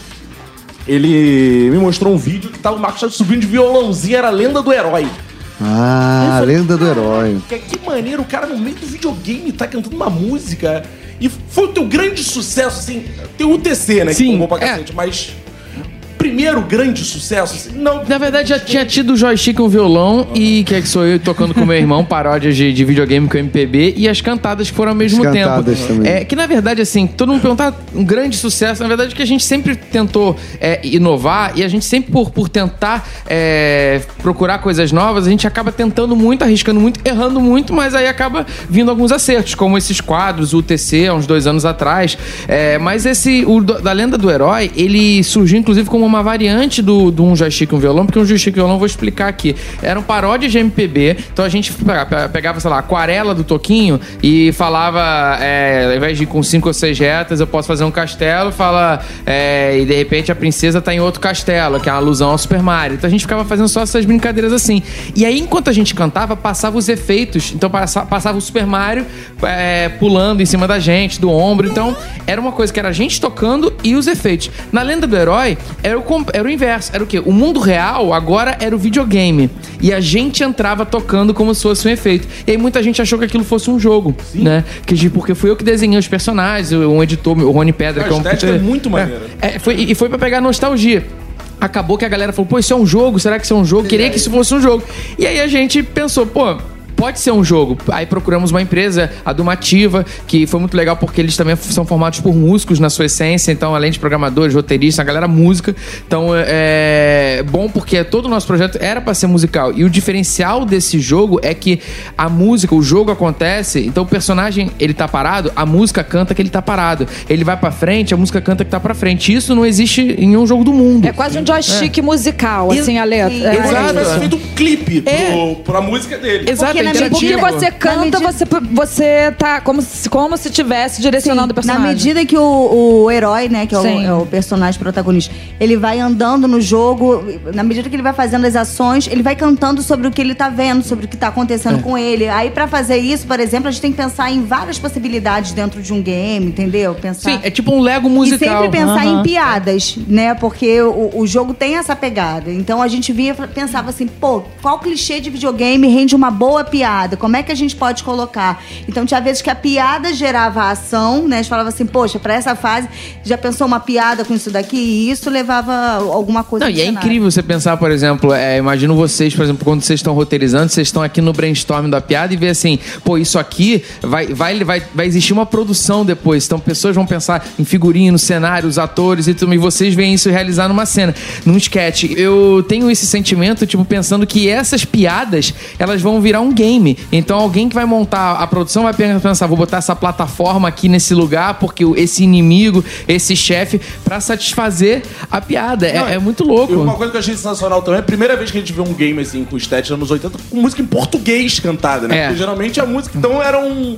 [SPEAKER 1] Ele me mostrou um vídeo que tava o Marcos Castro subindo de violãozinho, era a lenda do herói.
[SPEAKER 2] Ah, lenda do herói.
[SPEAKER 1] Que, que maneiro, o cara no meio do videogame tá cantando uma música. E foi o teu grande sucesso, assim. Tem o UTC, né? que
[SPEAKER 6] Sim,
[SPEAKER 1] bombou pra
[SPEAKER 6] é.
[SPEAKER 1] cacete, mas. Primeiro grande sucesso, assim, não.
[SPEAKER 6] Na verdade, já tinha tido o joystick e um violão, e que é que sou eu tocando com meu irmão, paródias de, de videogame com MPB, e as cantadas que foram ao mesmo
[SPEAKER 2] As cantadas
[SPEAKER 6] tempo.
[SPEAKER 2] também.
[SPEAKER 6] É, que na verdade, assim, todo mundo perguntar um grande sucesso, na verdade, que a gente sempre tentou é, inovar, e a gente sempre, por, por tentar é, procurar coisas novas, a gente acaba tentando muito, arriscando muito, errando muito, mas aí acaba vindo alguns acertos, como esses quadros, o UTC, há uns dois anos atrás. É, mas esse, o do- da lenda do herói, ele surgiu inclusive como uma variante do, do um joystick e um violão, porque um joystick e um violão, eu vou explicar aqui, eram paródias de MPB, então a gente pe- pe- pegava, sei lá, aquarela do Toquinho e falava, é, ao invés de ir com cinco ou seis retas, eu posso fazer um castelo, fala, é, e de repente a princesa tá em outro castelo, que é uma alusão ao Super Mario. Então a gente ficava fazendo só essas brincadeiras assim. E aí, enquanto a gente cantava, passava os efeitos, então passa- passava o Super Mario é, pulando em cima da gente, do ombro, então era uma coisa que era a gente tocando e os efeitos. Na lenda do herói, era o, com- era o inverso. Era o quê? O mundo real agora era o videogame. E a gente entrava tocando como se fosse um efeito. E aí muita gente achou que aquilo fosse um jogo, né? Que, de- porque fui eu que desenhei os personagens, um editor, o Rony Pedra,
[SPEAKER 1] A
[SPEAKER 6] que é um
[SPEAKER 1] estética
[SPEAKER 6] puta-
[SPEAKER 1] é muito maneira.
[SPEAKER 6] é, foi- e foi pra pegar nostalgia. Acabou que a galera falou, pô, isso é um jogo? Será que isso é um jogo? Queria que isso fosse um jogo. E aí a gente pensou, pô. Pode ser um jogo. Aí procuramos uma empresa, a Dumativa, que foi muito legal porque eles também são formados por músicos na sua essência. Então, além de programadores, roteiristas, a galera música. Então, é é bom porque todo o nosso projeto era pra ser musical. E o diferencial desse jogo é que a música, o jogo acontece, então o personagem, ele tá parado, a música canta que ele tá parado. Ele vai pra frente, a música canta que tá pra frente. Isso não existe em nenhum jogo do mundo.
[SPEAKER 7] É quase um joystick musical, assim, a letra.
[SPEAKER 4] Sim.
[SPEAKER 7] É.
[SPEAKER 1] Como se ele tivesse feito um clipe
[SPEAKER 6] É.
[SPEAKER 1] pro, pra música dele.
[SPEAKER 6] Exato,
[SPEAKER 4] Porque
[SPEAKER 6] é
[SPEAKER 4] na
[SPEAKER 7] Tipo, que
[SPEAKER 6] interativo.
[SPEAKER 7] você canta,
[SPEAKER 4] medida-
[SPEAKER 7] você, você tá como se, como se tivesse direcionando o personagem.
[SPEAKER 4] Assim, Na medida que o, o herói, né, que é o,
[SPEAKER 7] Sim.
[SPEAKER 4] é o personagem protagonista, ele vai andando no jogo, na medida que ele vai fazendo as ações, ele vai cantando sobre o que ele tá vendo, sobre o que tá
[SPEAKER 2] É.
[SPEAKER 4] acontecendo com ele. Aí, pra fazer isso, por exemplo, a gente tem que pensar em várias possibilidades dentro de um game, entendeu? Pensar.
[SPEAKER 6] Sim, é tipo um Lego
[SPEAKER 4] tá. E
[SPEAKER 6] musical.
[SPEAKER 4] sempre pensar em piadas, né? Porque o, o jogo tem essa pegada. Então a gente via, pensava assim, pô, qual clichê de videogame rende uma boa piada? Como é que a gente pode colocar? Então tinha vezes que a piada gerava a ação, né? A gente falava assim, poxa, pra essa fase, já pensou uma piada com isso daqui? E isso levava alguma coisa
[SPEAKER 6] Não,
[SPEAKER 4] pro
[SPEAKER 6] e é
[SPEAKER 4] cenário.
[SPEAKER 6] incrível você pensar, por exemplo, é, imagino vocês, por exemplo, quando vocês estão roteirizando, vocês estão aqui no brainstorm da piada e vê assim, pô, isso aqui vai, vai, vai, vai existir uma produção depois. Então pessoas vão pensar em figurino, cenário, os atores e tudo, e vocês veem isso realizar numa cena, num sketch. Eu tenho esse sentimento, tipo, pensando que essas piadas, elas vão virar um game. Então alguém que vai montar a produção vai pensar, vou botar essa plataforma aqui nesse lugar, porque esse inimigo, esse chefe, pra satisfazer a piada. É-
[SPEAKER 1] Não,
[SPEAKER 6] é muito louco.
[SPEAKER 1] E uma coisa que eu achei sensacional também, é a primeira vez que a gente vê um game assim com estética nos anos 80 com música em português cantada, né?
[SPEAKER 6] É.
[SPEAKER 1] Porque geralmente a música então era um,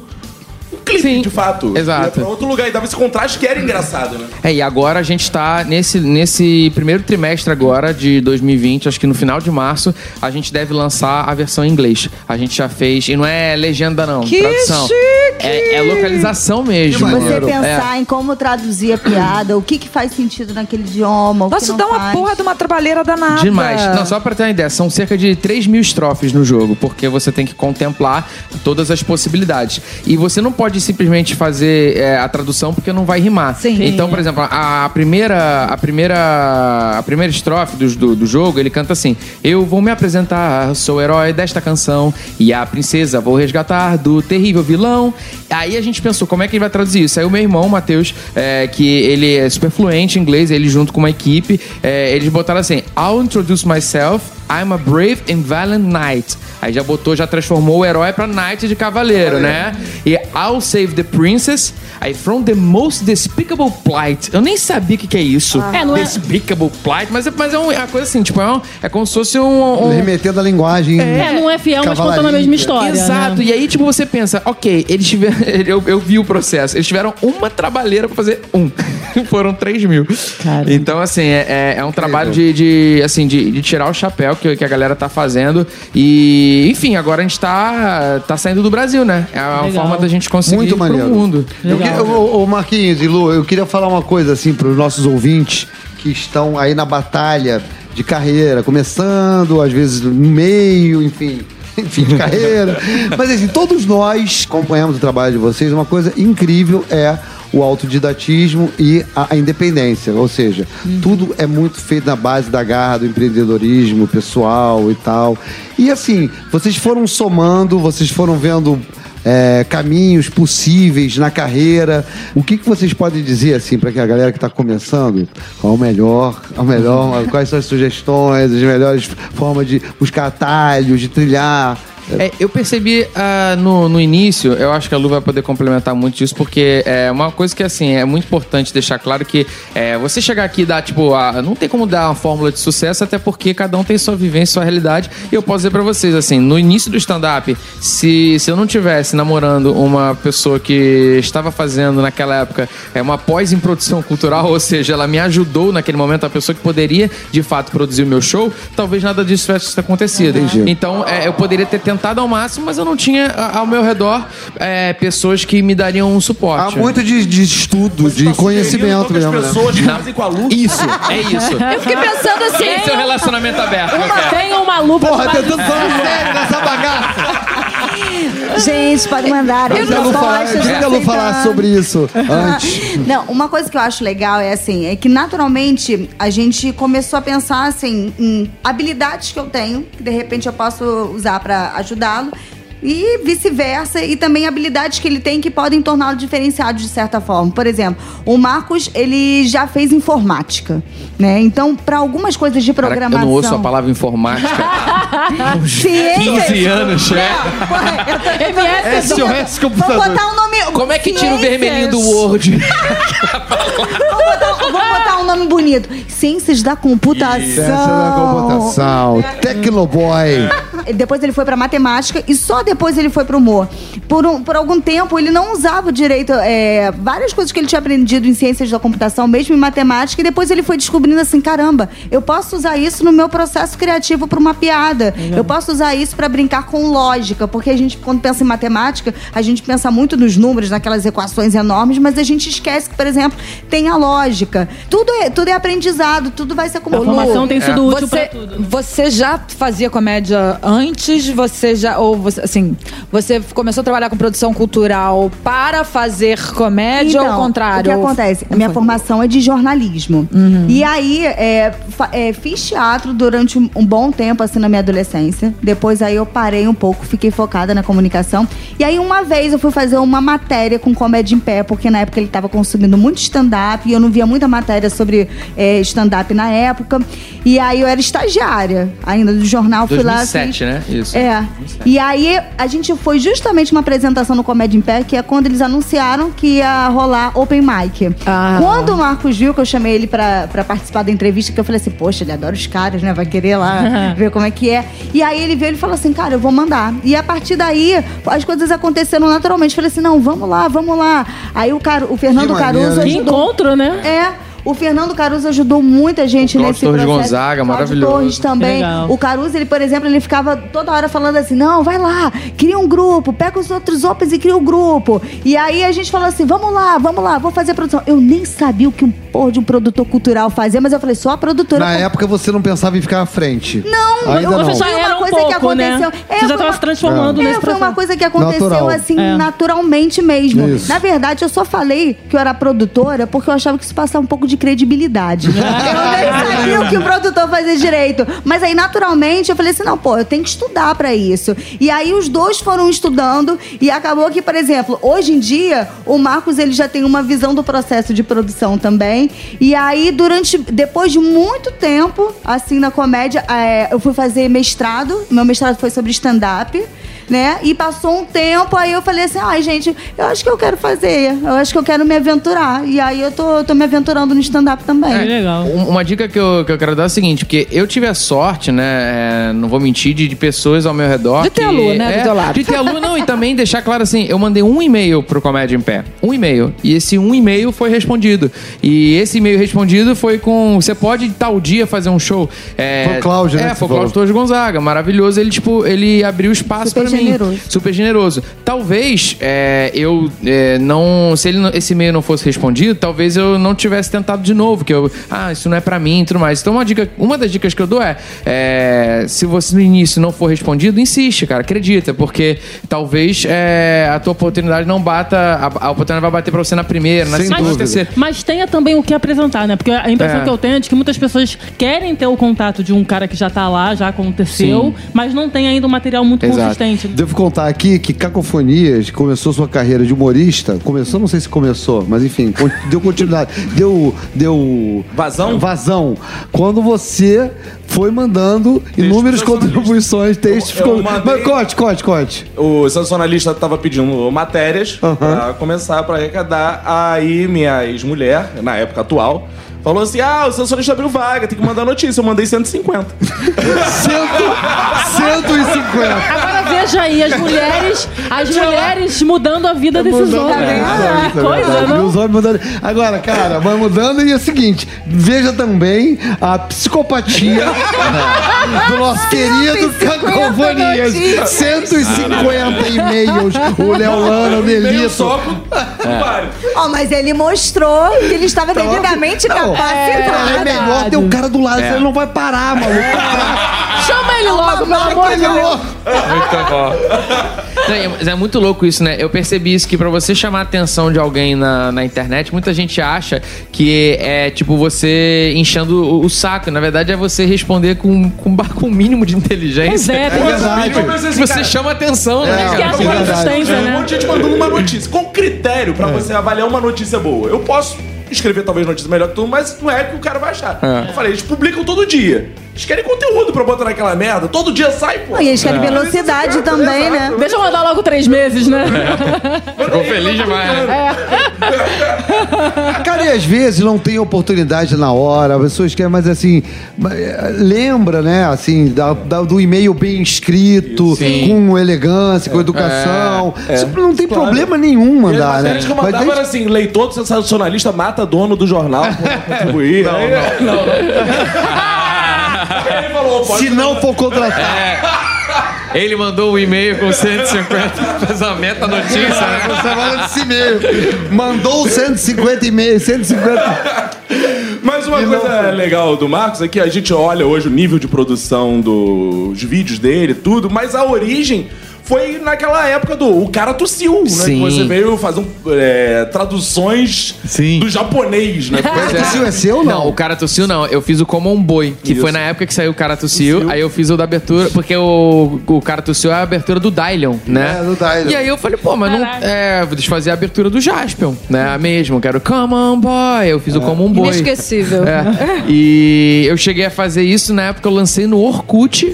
[SPEAKER 1] um clipe,
[SPEAKER 6] Sim,
[SPEAKER 1] de fato.
[SPEAKER 6] exato.
[SPEAKER 1] Ia pra outro lugar e dava esse contraste que era engraçado, né?
[SPEAKER 6] É, e agora a gente tá nesse, nesse primeiro trimestre agora de 2020, acho que no final de março, a gente deve lançar a versão em inglês. A gente já fez, e não é legenda não,
[SPEAKER 7] Que
[SPEAKER 6] tradução.
[SPEAKER 7] chique!
[SPEAKER 6] É, é localização
[SPEAKER 2] Que
[SPEAKER 6] mesmo. É,
[SPEAKER 4] Você
[SPEAKER 2] maneiro. É.
[SPEAKER 4] pensar em como traduzir a piada, o que, que faz sentido naquele idioma. o que
[SPEAKER 7] Nossa,
[SPEAKER 4] não
[SPEAKER 7] dá uma
[SPEAKER 4] faz.
[SPEAKER 7] porra de uma trabalheira danada.
[SPEAKER 6] Demais. Não, só pra ter uma ideia, são cerca de 3 mil estrofes no jogo, porque você tem que contemplar todas as possibilidades. E você não pode simplesmente fazer é, a tradução porque não vai rimar.
[SPEAKER 7] Sim.
[SPEAKER 6] Então, por exemplo, a, a primeira. A primeira. A primeira estrofe do, do, do jogo, ele canta assim: Eu vou me apresentar, sou o herói desta canção, e a princesa vou resgatar do terrível vilão. Aí a gente pensou, como é que ele vai traduzir isso? Aí o meu irmão, Matheus, é, que ele é super fluente em inglês, ele junto com uma equipe, é, eles botaram assim: I'll introduce myself. I'm a brave and valiant knight. Aí já botou, já transformou o herói pra knight de cavaleiro, né? E I'll save the princess. Aí from the most despicable plight. Eu nem sabia o que, que é isso.
[SPEAKER 3] É, não é-
[SPEAKER 6] Despicable plight. Mas, é- mas é um- é uma coisa assim, tipo, é, um- é como se fosse um- um
[SPEAKER 2] Remetendo a linguagem.
[SPEAKER 3] É, não é fiel, mas contando a
[SPEAKER 2] Cavalaria.
[SPEAKER 3] mesma história.
[SPEAKER 6] Exato.
[SPEAKER 3] né?
[SPEAKER 6] E aí, tipo, você pensa, ok, eles tiveram. Eu, eu vi o processo. Eles tiveram uma trabalheira pra fazer um. Foram 3 mil.
[SPEAKER 3] Cara.
[SPEAKER 6] Então, assim, é, é- é um trabalho de, de, assim, de, de tirar o chapéu que, que a galera tá fazendo. E, enfim, agora a gente tá, tá saindo do Brasil, né? É uma
[SPEAKER 3] Legal.
[SPEAKER 6] forma da gente conseguir
[SPEAKER 2] Muito
[SPEAKER 6] ir pro
[SPEAKER 2] maneiro.
[SPEAKER 6] mundo.
[SPEAKER 2] Eu
[SPEAKER 3] Legal.
[SPEAKER 2] queria- ô, ô, Marquinhos e Lu, eu queria falar uma coisa assim para os nossos ouvintes que estão aí na batalha de carreira, começando, às vezes no meio, enfim. Enfim, de carreira. Mas assim, todos nós acompanhamos o trabalho de vocês. Uma coisa incrível é o autodidatismo e a, a independência. Ou seja, tudo é muito feito na base da garra, do empreendedorismo pessoal e tal. E assim, vocês foram somando, vocês foram vendo é, caminhos possíveis na carreira. O que, que vocês podem dizer assim para que a galera que está começando? Qual o melhor? qual o melhor? quais são as sugestões? As melhores formas de buscar atalhos, de trilhar?
[SPEAKER 6] É, eu percebi ah, no, no início, eu acho que a Lu vai poder complementar muito isso, porque é uma coisa que, assim, é muito importante deixar claro que é, você chegar aqui e dar, tipo, a- não tem como dar uma fórmula de sucesso, até porque cada um tem sua vivência, sua realidade. E eu posso dizer pra vocês, assim, no início do stand-up, se, se eu não tivesse namorando uma pessoa que estava fazendo naquela época é, uma pós em produção cultural, ou seja, ela me ajudou naquele momento, a pessoa que poderia, de fato, produzir o meu show, talvez nada disso tivesse acontecido. Então, é, eu poderia ter tentado ao máximo, mas eu não tinha a- ao meu redor é, pessoas que me dariam um
[SPEAKER 2] Há
[SPEAKER 6] suporte.
[SPEAKER 2] muito de, de estudo, de conhecimento
[SPEAKER 1] Todas
[SPEAKER 2] mesmo. né?
[SPEAKER 1] as pessoas fazem com a Lu.
[SPEAKER 6] Isso, é isso.
[SPEAKER 7] Eu fiquei pensando assim.
[SPEAKER 6] Esse é o relacionamento aberto, meu cara.
[SPEAKER 3] Tem uma lupa
[SPEAKER 2] Porra,
[SPEAKER 3] de
[SPEAKER 2] tentando falar sério nessa bagaça.
[SPEAKER 4] Gente, pode mandar. tá
[SPEAKER 2] Eu queria Lu falar, eu queria Lu falar sobre isso antes.
[SPEAKER 4] Não, uma coisa que eu acho legal é assim, é que naturalmente a gente começou a pensar assim em habilidades que eu tenho, que de repente eu posso usar pra ajudá-lo. E vice-versa, e também habilidades que ele tem que podem torná-lo diferenciado de certa forma. Por exemplo, o Marcos, ele já fez informática, né? Então, pra algumas coisas de
[SPEAKER 6] Cara, eu
[SPEAKER 4] programação.
[SPEAKER 6] não ouço a palavra informática há
[SPEAKER 4] Ciências
[SPEAKER 6] 15 anos, é.
[SPEAKER 3] MS.
[SPEAKER 4] Vou botar o nome.
[SPEAKER 6] Como é que tira o
[SPEAKER 4] Ciências.
[SPEAKER 6] vermelhinho do Word?
[SPEAKER 4] Vou botar, vou botar um nome bonito. Ciências da computação.
[SPEAKER 2] Ciência da computação, é Tecnoboy.
[SPEAKER 4] Depois ele foi pra matemática e só depois ele foi pro humor. Por, um- por algum tempo ele não usava direito é, várias coisas que ele tinha aprendido em ciências da computação, mesmo em matemática, e depois ele foi descobrindo assim: caramba, eu posso usar isso no meu processo criativo pra uma piada.
[SPEAKER 3] Uhum.
[SPEAKER 4] Eu posso usar isso pra brincar com lógica, porque a gente, quando pensa em matemática, a gente pensa muito nos números, naquelas equações enormes, mas a gente esquece que, por exemplo, tem a lógica. Tudo é, tudo é aprendizado, tudo vai ser
[SPEAKER 3] A formação
[SPEAKER 4] acumulado.
[SPEAKER 3] tem sido útil pra
[SPEAKER 7] Você,
[SPEAKER 3] tudo.
[SPEAKER 7] você já fazia comédia antes? Você já. Ou você, assim, você começou a trabalhar com produção cultural para fazer comédia ou ao contrário?
[SPEAKER 4] Então,
[SPEAKER 7] Uhum.
[SPEAKER 4] O que acontece? A minha formação é de jornalismo. E aí, é, fa- é, fiz teatro durante um um bom tempo, assim, na minha adolescência. Depois aí eu parei um pouco, fiquei focada na comunicação. E aí, uma vez, eu fui fazer uma matéria com comédia em pé, porque na época ele tava consumindo muito stand-up e eu não via muita matéria sobre é, stand-up na época. E aí eu era estagiária ainda do jornal, fui lá.
[SPEAKER 6] 2007,
[SPEAKER 4] fiz-
[SPEAKER 6] né? Isso.
[SPEAKER 4] É. E aí a gente foi justamente uma apresentação no Comédia em Pé, que é quando eles anunciaram que ia rolar Open Mic.
[SPEAKER 7] Ah.
[SPEAKER 4] Quando o Marcos viu que eu chamei ele pra, pra participar da entrevista, que eu falei assim, poxa, ele adora os caras, né? Vai querer lá ver como é que é. E aí ele veio e falou assim, cara, eu vou mandar. E a partir daí, as coisas aconteceram naturalmente. Eu Falei assim, não, vamos lá, vamos lá. Aí o, Car... o Fernando
[SPEAKER 2] Que maneiro,
[SPEAKER 4] Caruso
[SPEAKER 2] hein?
[SPEAKER 3] Que
[SPEAKER 4] ajudou
[SPEAKER 3] encontro, né?
[SPEAKER 4] é. O Fernando Caruso ajudou muita gente
[SPEAKER 6] O Cláudio
[SPEAKER 4] nesse
[SPEAKER 6] Torres
[SPEAKER 4] processo.
[SPEAKER 6] Gonzaga,
[SPEAKER 4] Cláudio
[SPEAKER 6] maravilhoso.
[SPEAKER 4] Torres também.
[SPEAKER 3] Legal.
[SPEAKER 4] O Caruso, ele, por exemplo, ele ficava toda hora falando assim: "Não, vai lá, cria um grupo, pega os outros opens e cria o um grupo". E aí a gente falou assim: "Vamos lá, vamos lá, vou fazer produção". Eu nem sabia o que um porra de um produtor cultural fazia, mas eu falei: "Só a produtora".
[SPEAKER 2] Na época você não pensava em ficar à frente.
[SPEAKER 4] Não,
[SPEAKER 2] Ainda
[SPEAKER 4] eu-
[SPEAKER 2] É, não.
[SPEAKER 3] Você já
[SPEAKER 4] Foi uma
[SPEAKER 3] era um
[SPEAKER 4] coisa que
[SPEAKER 3] pouco, né?
[SPEAKER 4] aconteceu. É,
[SPEAKER 3] Você já
[SPEAKER 4] foi
[SPEAKER 3] tava
[SPEAKER 4] uma-
[SPEAKER 3] se transformando
[SPEAKER 4] É,
[SPEAKER 3] nesse
[SPEAKER 4] foi uma
[SPEAKER 3] processo.
[SPEAKER 4] coisa que aconteceu
[SPEAKER 2] Natural.
[SPEAKER 4] assim,
[SPEAKER 3] É.
[SPEAKER 4] naturalmente mesmo.
[SPEAKER 2] Isso.
[SPEAKER 4] Na verdade, eu só falei que eu era produtora porque eu achava que isso passava um pouco de credibilidade. eu nem sabia o que o produtor fazia direito. Mas aí, naturalmente, eu falei assim: não, pô, eu tenho que estudar pra isso. E aí, os dois foram estudando e acabou que, por exemplo, hoje em dia, o Marcos ele já tem uma visão do processo de produção também. também. E aí, durante. Depois de muito tempo, assim, na comédia, é, eu fui fazer mestrado. Meu mestrado foi sobre stand-up. Né? E passou um tempo, aí eu falei assim: ai, gente, eu acho que eu quero fazer, eu acho que eu quero me aventurar. E aí eu tô, eu tô me aventurando no stand-up também.
[SPEAKER 3] Que legal.
[SPEAKER 6] Um- Uma dica que eu, que eu quero dar é a seguinte, porque eu tive a sorte, né? é, não vou mentir, de, de pessoas ao meu redor.
[SPEAKER 5] De ter a lua,
[SPEAKER 6] que-
[SPEAKER 5] né, do
[SPEAKER 6] é,
[SPEAKER 5] teu lado.
[SPEAKER 6] De ter a lua, não, e também deixar claro assim: eu mandei um e-mail pro Comédia em Pé. Um e-mail. E esse um e-mail foi respondido. E esse e-mail respondido foi com: você pode tal dia fazer um show. É,
[SPEAKER 2] Foi o Cláudio,
[SPEAKER 6] é,
[SPEAKER 2] né, que
[SPEAKER 6] É,
[SPEAKER 2] você
[SPEAKER 6] foi o
[SPEAKER 2] falou.
[SPEAKER 6] Cláudio Torres Gonzaga. Maravilhoso. Ele, tipo, ele abriu espaço
[SPEAKER 4] Super
[SPEAKER 6] pra
[SPEAKER 4] generoso.
[SPEAKER 6] mim. Super generoso. Talvez é, eu é, não. Se ele, não- esse e-mail não fosse respondido, talvez eu não tivesse tentado de novo. Que eu. Ah, isso não é pra mim e tudo mais. Então, uma, dica, uma das dicas que eu dou é, é, Se você no início não for respondido, insiste, cara. Acredita, porque talvez é, a tua oportunidade não bata. A, a oportunidade vai bater pra você na primeira, na
[SPEAKER 2] Sem
[SPEAKER 6] segunda, na
[SPEAKER 2] dúvida.
[SPEAKER 6] terceira.
[SPEAKER 3] Mas tenha também o que apresentar, né? Porque a impressão
[SPEAKER 6] É.
[SPEAKER 3] que eu tenho é de que muitas pessoas querem ter o contato de um cara que já tá lá, já aconteceu, mas não tem ainda um material muito
[SPEAKER 6] Exato.
[SPEAKER 3] consistente.
[SPEAKER 2] Devo contar aqui que Cacofonias começou sua carreira de humorista. Começou, não sei se começou, mas enfim, con- deu continuidade. Deu. deu
[SPEAKER 1] Vazão?
[SPEAKER 2] Vazão. Quando você foi mandando inúmeras
[SPEAKER 1] personalistas.
[SPEAKER 2] contribuições, textos.
[SPEAKER 1] Eu- eu
[SPEAKER 2] ficou-
[SPEAKER 1] mandei-
[SPEAKER 2] Mas conte, conte, conte.
[SPEAKER 1] O sensacionalista tava pedindo matérias
[SPEAKER 2] Aham.
[SPEAKER 1] pra começar, pra arrecadar. Aí minha ex-mulher, na época atual, falou assim: ah, o sensacionalista abriu vaga, tem que mandar notícia. Eu mandei 150.
[SPEAKER 2] Cento, 150.
[SPEAKER 3] Agora veja aí, as mulheres, as mulheres mudando a vida desses homens. Ah, coisa,
[SPEAKER 2] E
[SPEAKER 3] não?
[SPEAKER 2] é os homens né? Tá mudando. Agora, cara, vai mudando e é o seguinte: veja também a psicopatia do nosso querido
[SPEAKER 5] 150
[SPEAKER 2] Cacofonias.
[SPEAKER 5] notícias.
[SPEAKER 2] 150 e-mails. O Léo Lano, o
[SPEAKER 4] um
[SPEAKER 1] Meio
[SPEAKER 2] Nelito.
[SPEAKER 1] soco, vários.
[SPEAKER 4] Ó, mas ele mostrou que ele estava devidamente
[SPEAKER 2] Não,
[SPEAKER 4] capacitado.
[SPEAKER 2] É
[SPEAKER 3] né?
[SPEAKER 2] melhor ter um cara do lado, senão ele não vai parar, maluco. é
[SPEAKER 3] Chama ele logo, pelo amor de Deus.
[SPEAKER 2] Melhor.
[SPEAKER 6] Muito bom. É, mas é muito louco isso, né? Eu percebi isso que pra você chamar a atenção de alguém na, na internet, muita gente acha que é tipo você enchendo o, o saco. Na verdade, é você responder com, com, ba- com o mínimo de
[SPEAKER 3] Pois
[SPEAKER 6] inteligência.
[SPEAKER 3] é, tem
[SPEAKER 1] Mas,
[SPEAKER 3] que
[SPEAKER 2] verdade.
[SPEAKER 1] eu pensei assim,
[SPEAKER 6] Você
[SPEAKER 1] cara,
[SPEAKER 6] chama atenção,
[SPEAKER 2] É,
[SPEAKER 3] que
[SPEAKER 6] né?
[SPEAKER 3] acha
[SPEAKER 2] é verdade.
[SPEAKER 3] consistência,
[SPEAKER 1] Um
[SPEAKER 3] né?
[SPEAKER 1] monte de gente mandando uma notícia. Qual o critério pra você avaliar uma notícia boa? Eu posso escrever talvez notícia melhor que tu, mas não é que o cara vai achar.
[SPEAKER 6] É.
[SPEAKER 1] Eu falei, eles publicam todo dia. Eles querem conteúdo pra botar naquela merda. Todo dia sai, pô. É.
[SPEAKER 4] E eles querem velocidade também, né?
[SPEAKER 3] Deixa eu mandar logo três meses, né?
[SPEAKER 6] Ficou feliz demais, né?
[SPEAKER 2] Cara, e às vezes não tem oportunidade na hora, as pessoas querem, mas assim, lembra, né, assim, da- da- do e-mail bem escrito,
[SPEAKER 6] Sim.
[SPEAKER 2] com elegância, com educação. Isso não tem
[SPEAKER 1] Claro.
[SPEAKER 2] problema nenhum
[SPEAKER 1] E as
[SPEAKER 2] mandar, né?
[SPEAKER 1] matérias que eu mandava
[SPEAKER 2] Mas
[SPEAKER 1] era assim, leitor do sensacionalista mata dono do jornal pra contribuir. Não, não, não. Ele falou, pode...
[SPEAKER 2] se não for contratado,
[SPEAKER 6] Ele mandou um e-mail com 150 fez uma meta notícia, né?
[SPEAKER 2] você manda desse e-mail. Mandou 150 e-mails, 150.
[SPEAKER 1] Mas uma
[SPEAKER 2] E não
[SPEAKER 1] coisa
[SPEAKER 2] foi.
[SPEAKER 1] legal do Marcos é que a gente olha hoje o nível de produção dos vídeos dele e tudo, mas a origem foi naquela época do O Cara Tossiu, né? Que
[SPEAKER 6] Sim.
[SPEAKER 1] você veio fazer um, é, traduções
[SPEAKER 6] Sim.
[SPEAKER 1] do japonês, né?
[SPEAKER 2] Mas isso é seu ou não?
[SPEAKER 6] Não, o cara tossiu não. Eu fiz o Como um Boi, que
[SPEAKER 1] Isso.
[SPEAKER 6] foi na época que saiu o cara tossiu. Aí eu fiz o da abertura, porque o, o cara tossiu é a abertura do Dylion, né?
[SPEAKER 2] É, do Dylion.
[SPEAKER 6] E aí eu falei, pô, mas não.
[SPEAKER 3] Caraca.
[SPEAKER 6] É, vou desfazer a abertura do Jaspion, né? A mesma, quero Come on Boy. Eu fiz o Como um Boi.
[SPEAKER 5] Inesquecível.
[SPEAKER 6] É. E eu cheguei a fazer isso na época, eu lancei no Orkut.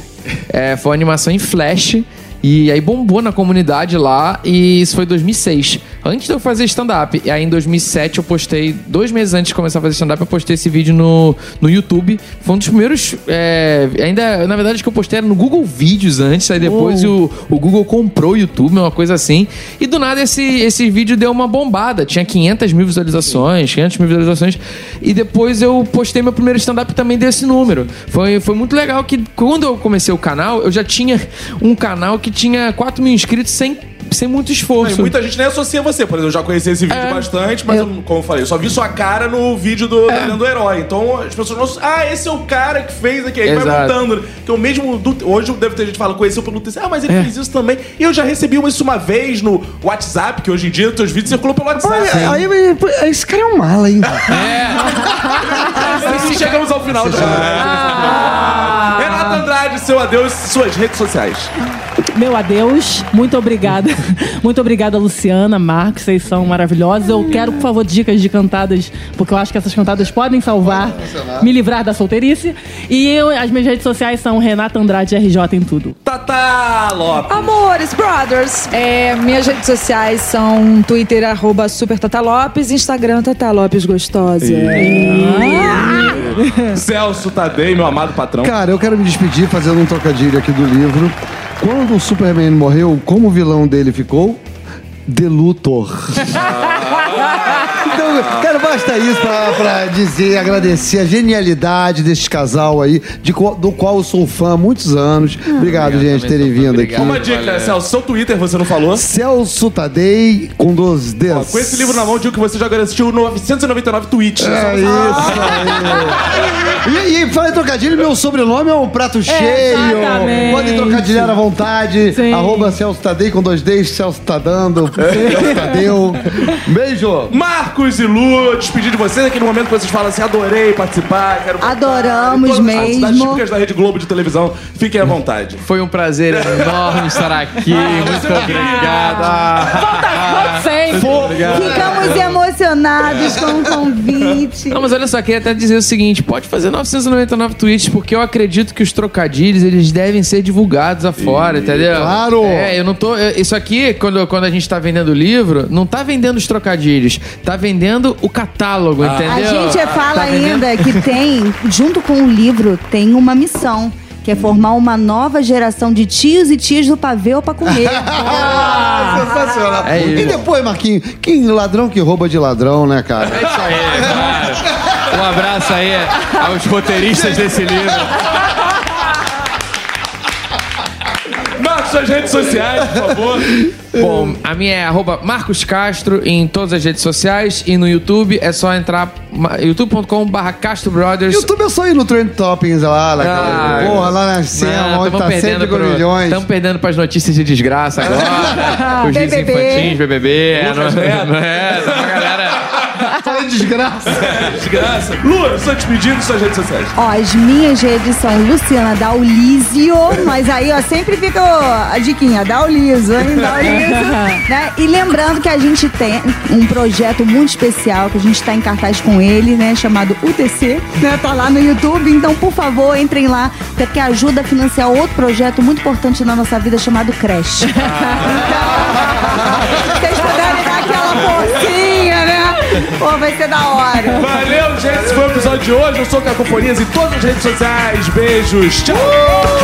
[SPEAKER 6] É, foi uma animação em flash. E aí bombou na comunidade lá. E isso foi em 2006. Antes de eu fazer stand-up. E aí em 2007 eu postei... Dois meses antes de começar a fazer stand-up, eu postei esse vídeo no, no YouTube. Foi um dos primeiros... é, ainda, na verdade, o que eu postei era no Google Vídeos antes. Aí depois o, o Google comprou o YouTube, uma coisa assim. E do nada esse, esse vídeo deu uma bombada. Tinha 500 mil visualizações, 500 mil visualizações. E depois eu postei meu primeiro stand-up também desse número. Foi, foi muito legal que quando eu comecei o canal, eu já tinha um canal que tinha 4 mil inscritos sem, sem muito
[SPEAKER 1] E
[SPEAKER 6] esforço.
[SPEAKER 1] muita gente nem associa você, por exemplo, eu já conheci esse vídeo bastante, mas eu, como eu falei, eu só vi sua cara no vídeo do da Lenda do Herói. Então as pessoas não. associ- Ah, esse é o cara que fez aqui. Aí vai
[SPEAKER 6] Exato.
[SPEAKER 1] montando. né? Que o mesmo. do- hoje deve ter gente que fala, conheceu pelo TC. Ah, mas ele fez isso também. E eu já recebi isso uma vez no WhatsApp, que hoje em dia teus vídeos circulam pelo WhatsApp.
[SPEAKER 2] Aí, aí, esse cara é um mala ainda.
[SPEAKER 1] Assim chegamos ao final. do programa. Renata Fernando Andrade, seu adeus, suas redes sociais.
[SPEAKER 3] Meu adeus, muito obrigada. Muito obrigada, Luciana, Marcos, vocês são maravilhosos. Eu quero, por favor, dicas de cantadas, porque eu acho que essas cantadas podem salvar, me livrar da solteirice. E eu- as minhas redes sociais são Renata Andrade RJ em tudo.
[SPEAKER 1] Tata Lopes.
[SPEAKER 5] Amores, brothers. É, minhas redes sociais são Twitter, arroba Super Tata Lopes, Instagram Tata Lopes Gostosa.
[SPEAKER 1] Celso Tadei, meu amado patrão.
[SPEAKER 2] Cara, eu quero me despedir fazendo um trocadilho aqui do livro. Quando o Superman morreu, como o vilão dele ficou? Delutor.
[SPEAKER 1] Ah.
[SPEAKER 2] Então, cara, basta isso pra, pra dizer, agradecer a genialidade deste casal aí, de co- do qual eu sou fã há muitos anos. Obrigado, gente, terem
[SPEAKER 6] sou fã,
[SPEAKER 2] vindo
[SPEAKER 6] obrigado.
[SPEAKER 1] Uma
[SPEAKER 2] aqui.
[SPEAKER 1] dica,
[SPEAKER 6] Valeu.
[SPEAKER 1] Celso, seu Twitter você não falou?
[SPEAKER 2] Celso Tadei, com 12
[SPEAKER 1] Ó,
[SPEAKER 2] dedos.
[SPEAKER 1] com esse livro na mão, digo que você já garantiu 999 tweets.
[SPEAKER 2] É isso aí. E, e fala em trocadilho, meu sobrenome é um prato cheio.
[SPEAKER 3] Exatamente.
[SPEAKER 2] Podem trocadilhar à vontade. Arroba Celso Tadei com dois Ds, Celso tá dando.
[SPEAKER 6] É.
[SPEAKER 2] Celso Tadeu. Beijo.
[SPEAKER 1] Marcos e Lu, despedir de vocês aqui no momento que vocês falam assim: adorei participar, quero. voltar.
[SPEAKER 4] Adoramos
[SPEAKER 1] E todas as
[SPEAKER 4] mesmo.
[SPEAKER 1] atividades típicas da Rede Globo de televisão, fiquem à vontade.
[SPEAKER 6] Foi um prazer enorme estar aqui. Muito obrigado.
[SPEAKER 7] Ah,
[SPEAKER 4] Ficamos emocionados com o convite.
[SPEAKER 6] Não, mas olha só, queria até dizer o seguinte: pode fazer 999 tweets, porque eu acredito que os trocadilhos eles devem ser divulgados afora, entendeu?
[SPEAKER 2] claro!
[SPEAKER 6] É, eu não tô. eu- isso aqui, quando, quando a gente tá vendendo o livro, não tá vendendo os trocadilhos, tá vendendo o catálogo,
[SPEAKER 4] A
[SPEAKER 6] entendeu?
[SPEAKER 4] gente fala
[SPEAKER 6] Tá vendendo-
[SPEAKER 4] ainda que tem, junto com o livro, tem uma missão. Que é formar uma nova geração de tios e tias do pavê pra comer.
[SPEAKER 2] Ah, sensacional.
[SPEAKER 6] É
[SPEAKER 2] e
[SPEAKER 6] isso.
[SPEAKER 2] depois, Marquinhos, quem ladrão que rouba de ladrão, né, cara?
[SPEAKER 6] É isso aí, cara. Um abraço aí aos roteiristas desse livro.
[SPEAKER 1] Marcos, suas redes sociais, por favor.
[SPEAKER 6] Bom, a minha é arroba Marcos Castro em todas as redes sociais e no YouTube é só entrar ma- youtube.com barra Castro Brothers.
[SPEAKER 2] YouTube é só ir no Trend Toppings lá, naquela
[SPEAKER 6] Ah,
[SPEAKER 2] porra, lá na cena, onde tá sempre com milhões.
[SPEAKER 6] Estamos perdendo pras notícias de desgraça agora. Os dias
[SPEAKER 4] BBB.
[SPEAKER 6] infantis, BBB. É, não,
[SPEAKER 1] Lucas Neto.
[SPEAKER 6] não é, tá uma galera.
[SPEAKER 2] Falei desgraça.
[SPEAKER 1] Desgraça. É, Lu, só despedindo suas redes sociais.
[SPEAKER 4] Ó, as minhas redes são Luciana Daulísio, mas aí, ó, sempre fica ó, a diquinha, Daulísio, hein, Daulísio. né? E lembrando que a gente tem um projeto muito especial, que a gente tá em cartaz com ele, né, chamado UTC, né, tá lá no YouTube, então, por favor, entrem lá, porque ajuda a financiar outro projeto muito importante na nossa vida, chamado Creche. Então, vocês puderem dar aquela forcinha, né? Pô, vai ser da hora.
[SPEAKER 1] Valeu, gente. Esse foi o episódio de hoje. Eu sou Cacofonias em todas as redes sociais. Beijos. Tchau.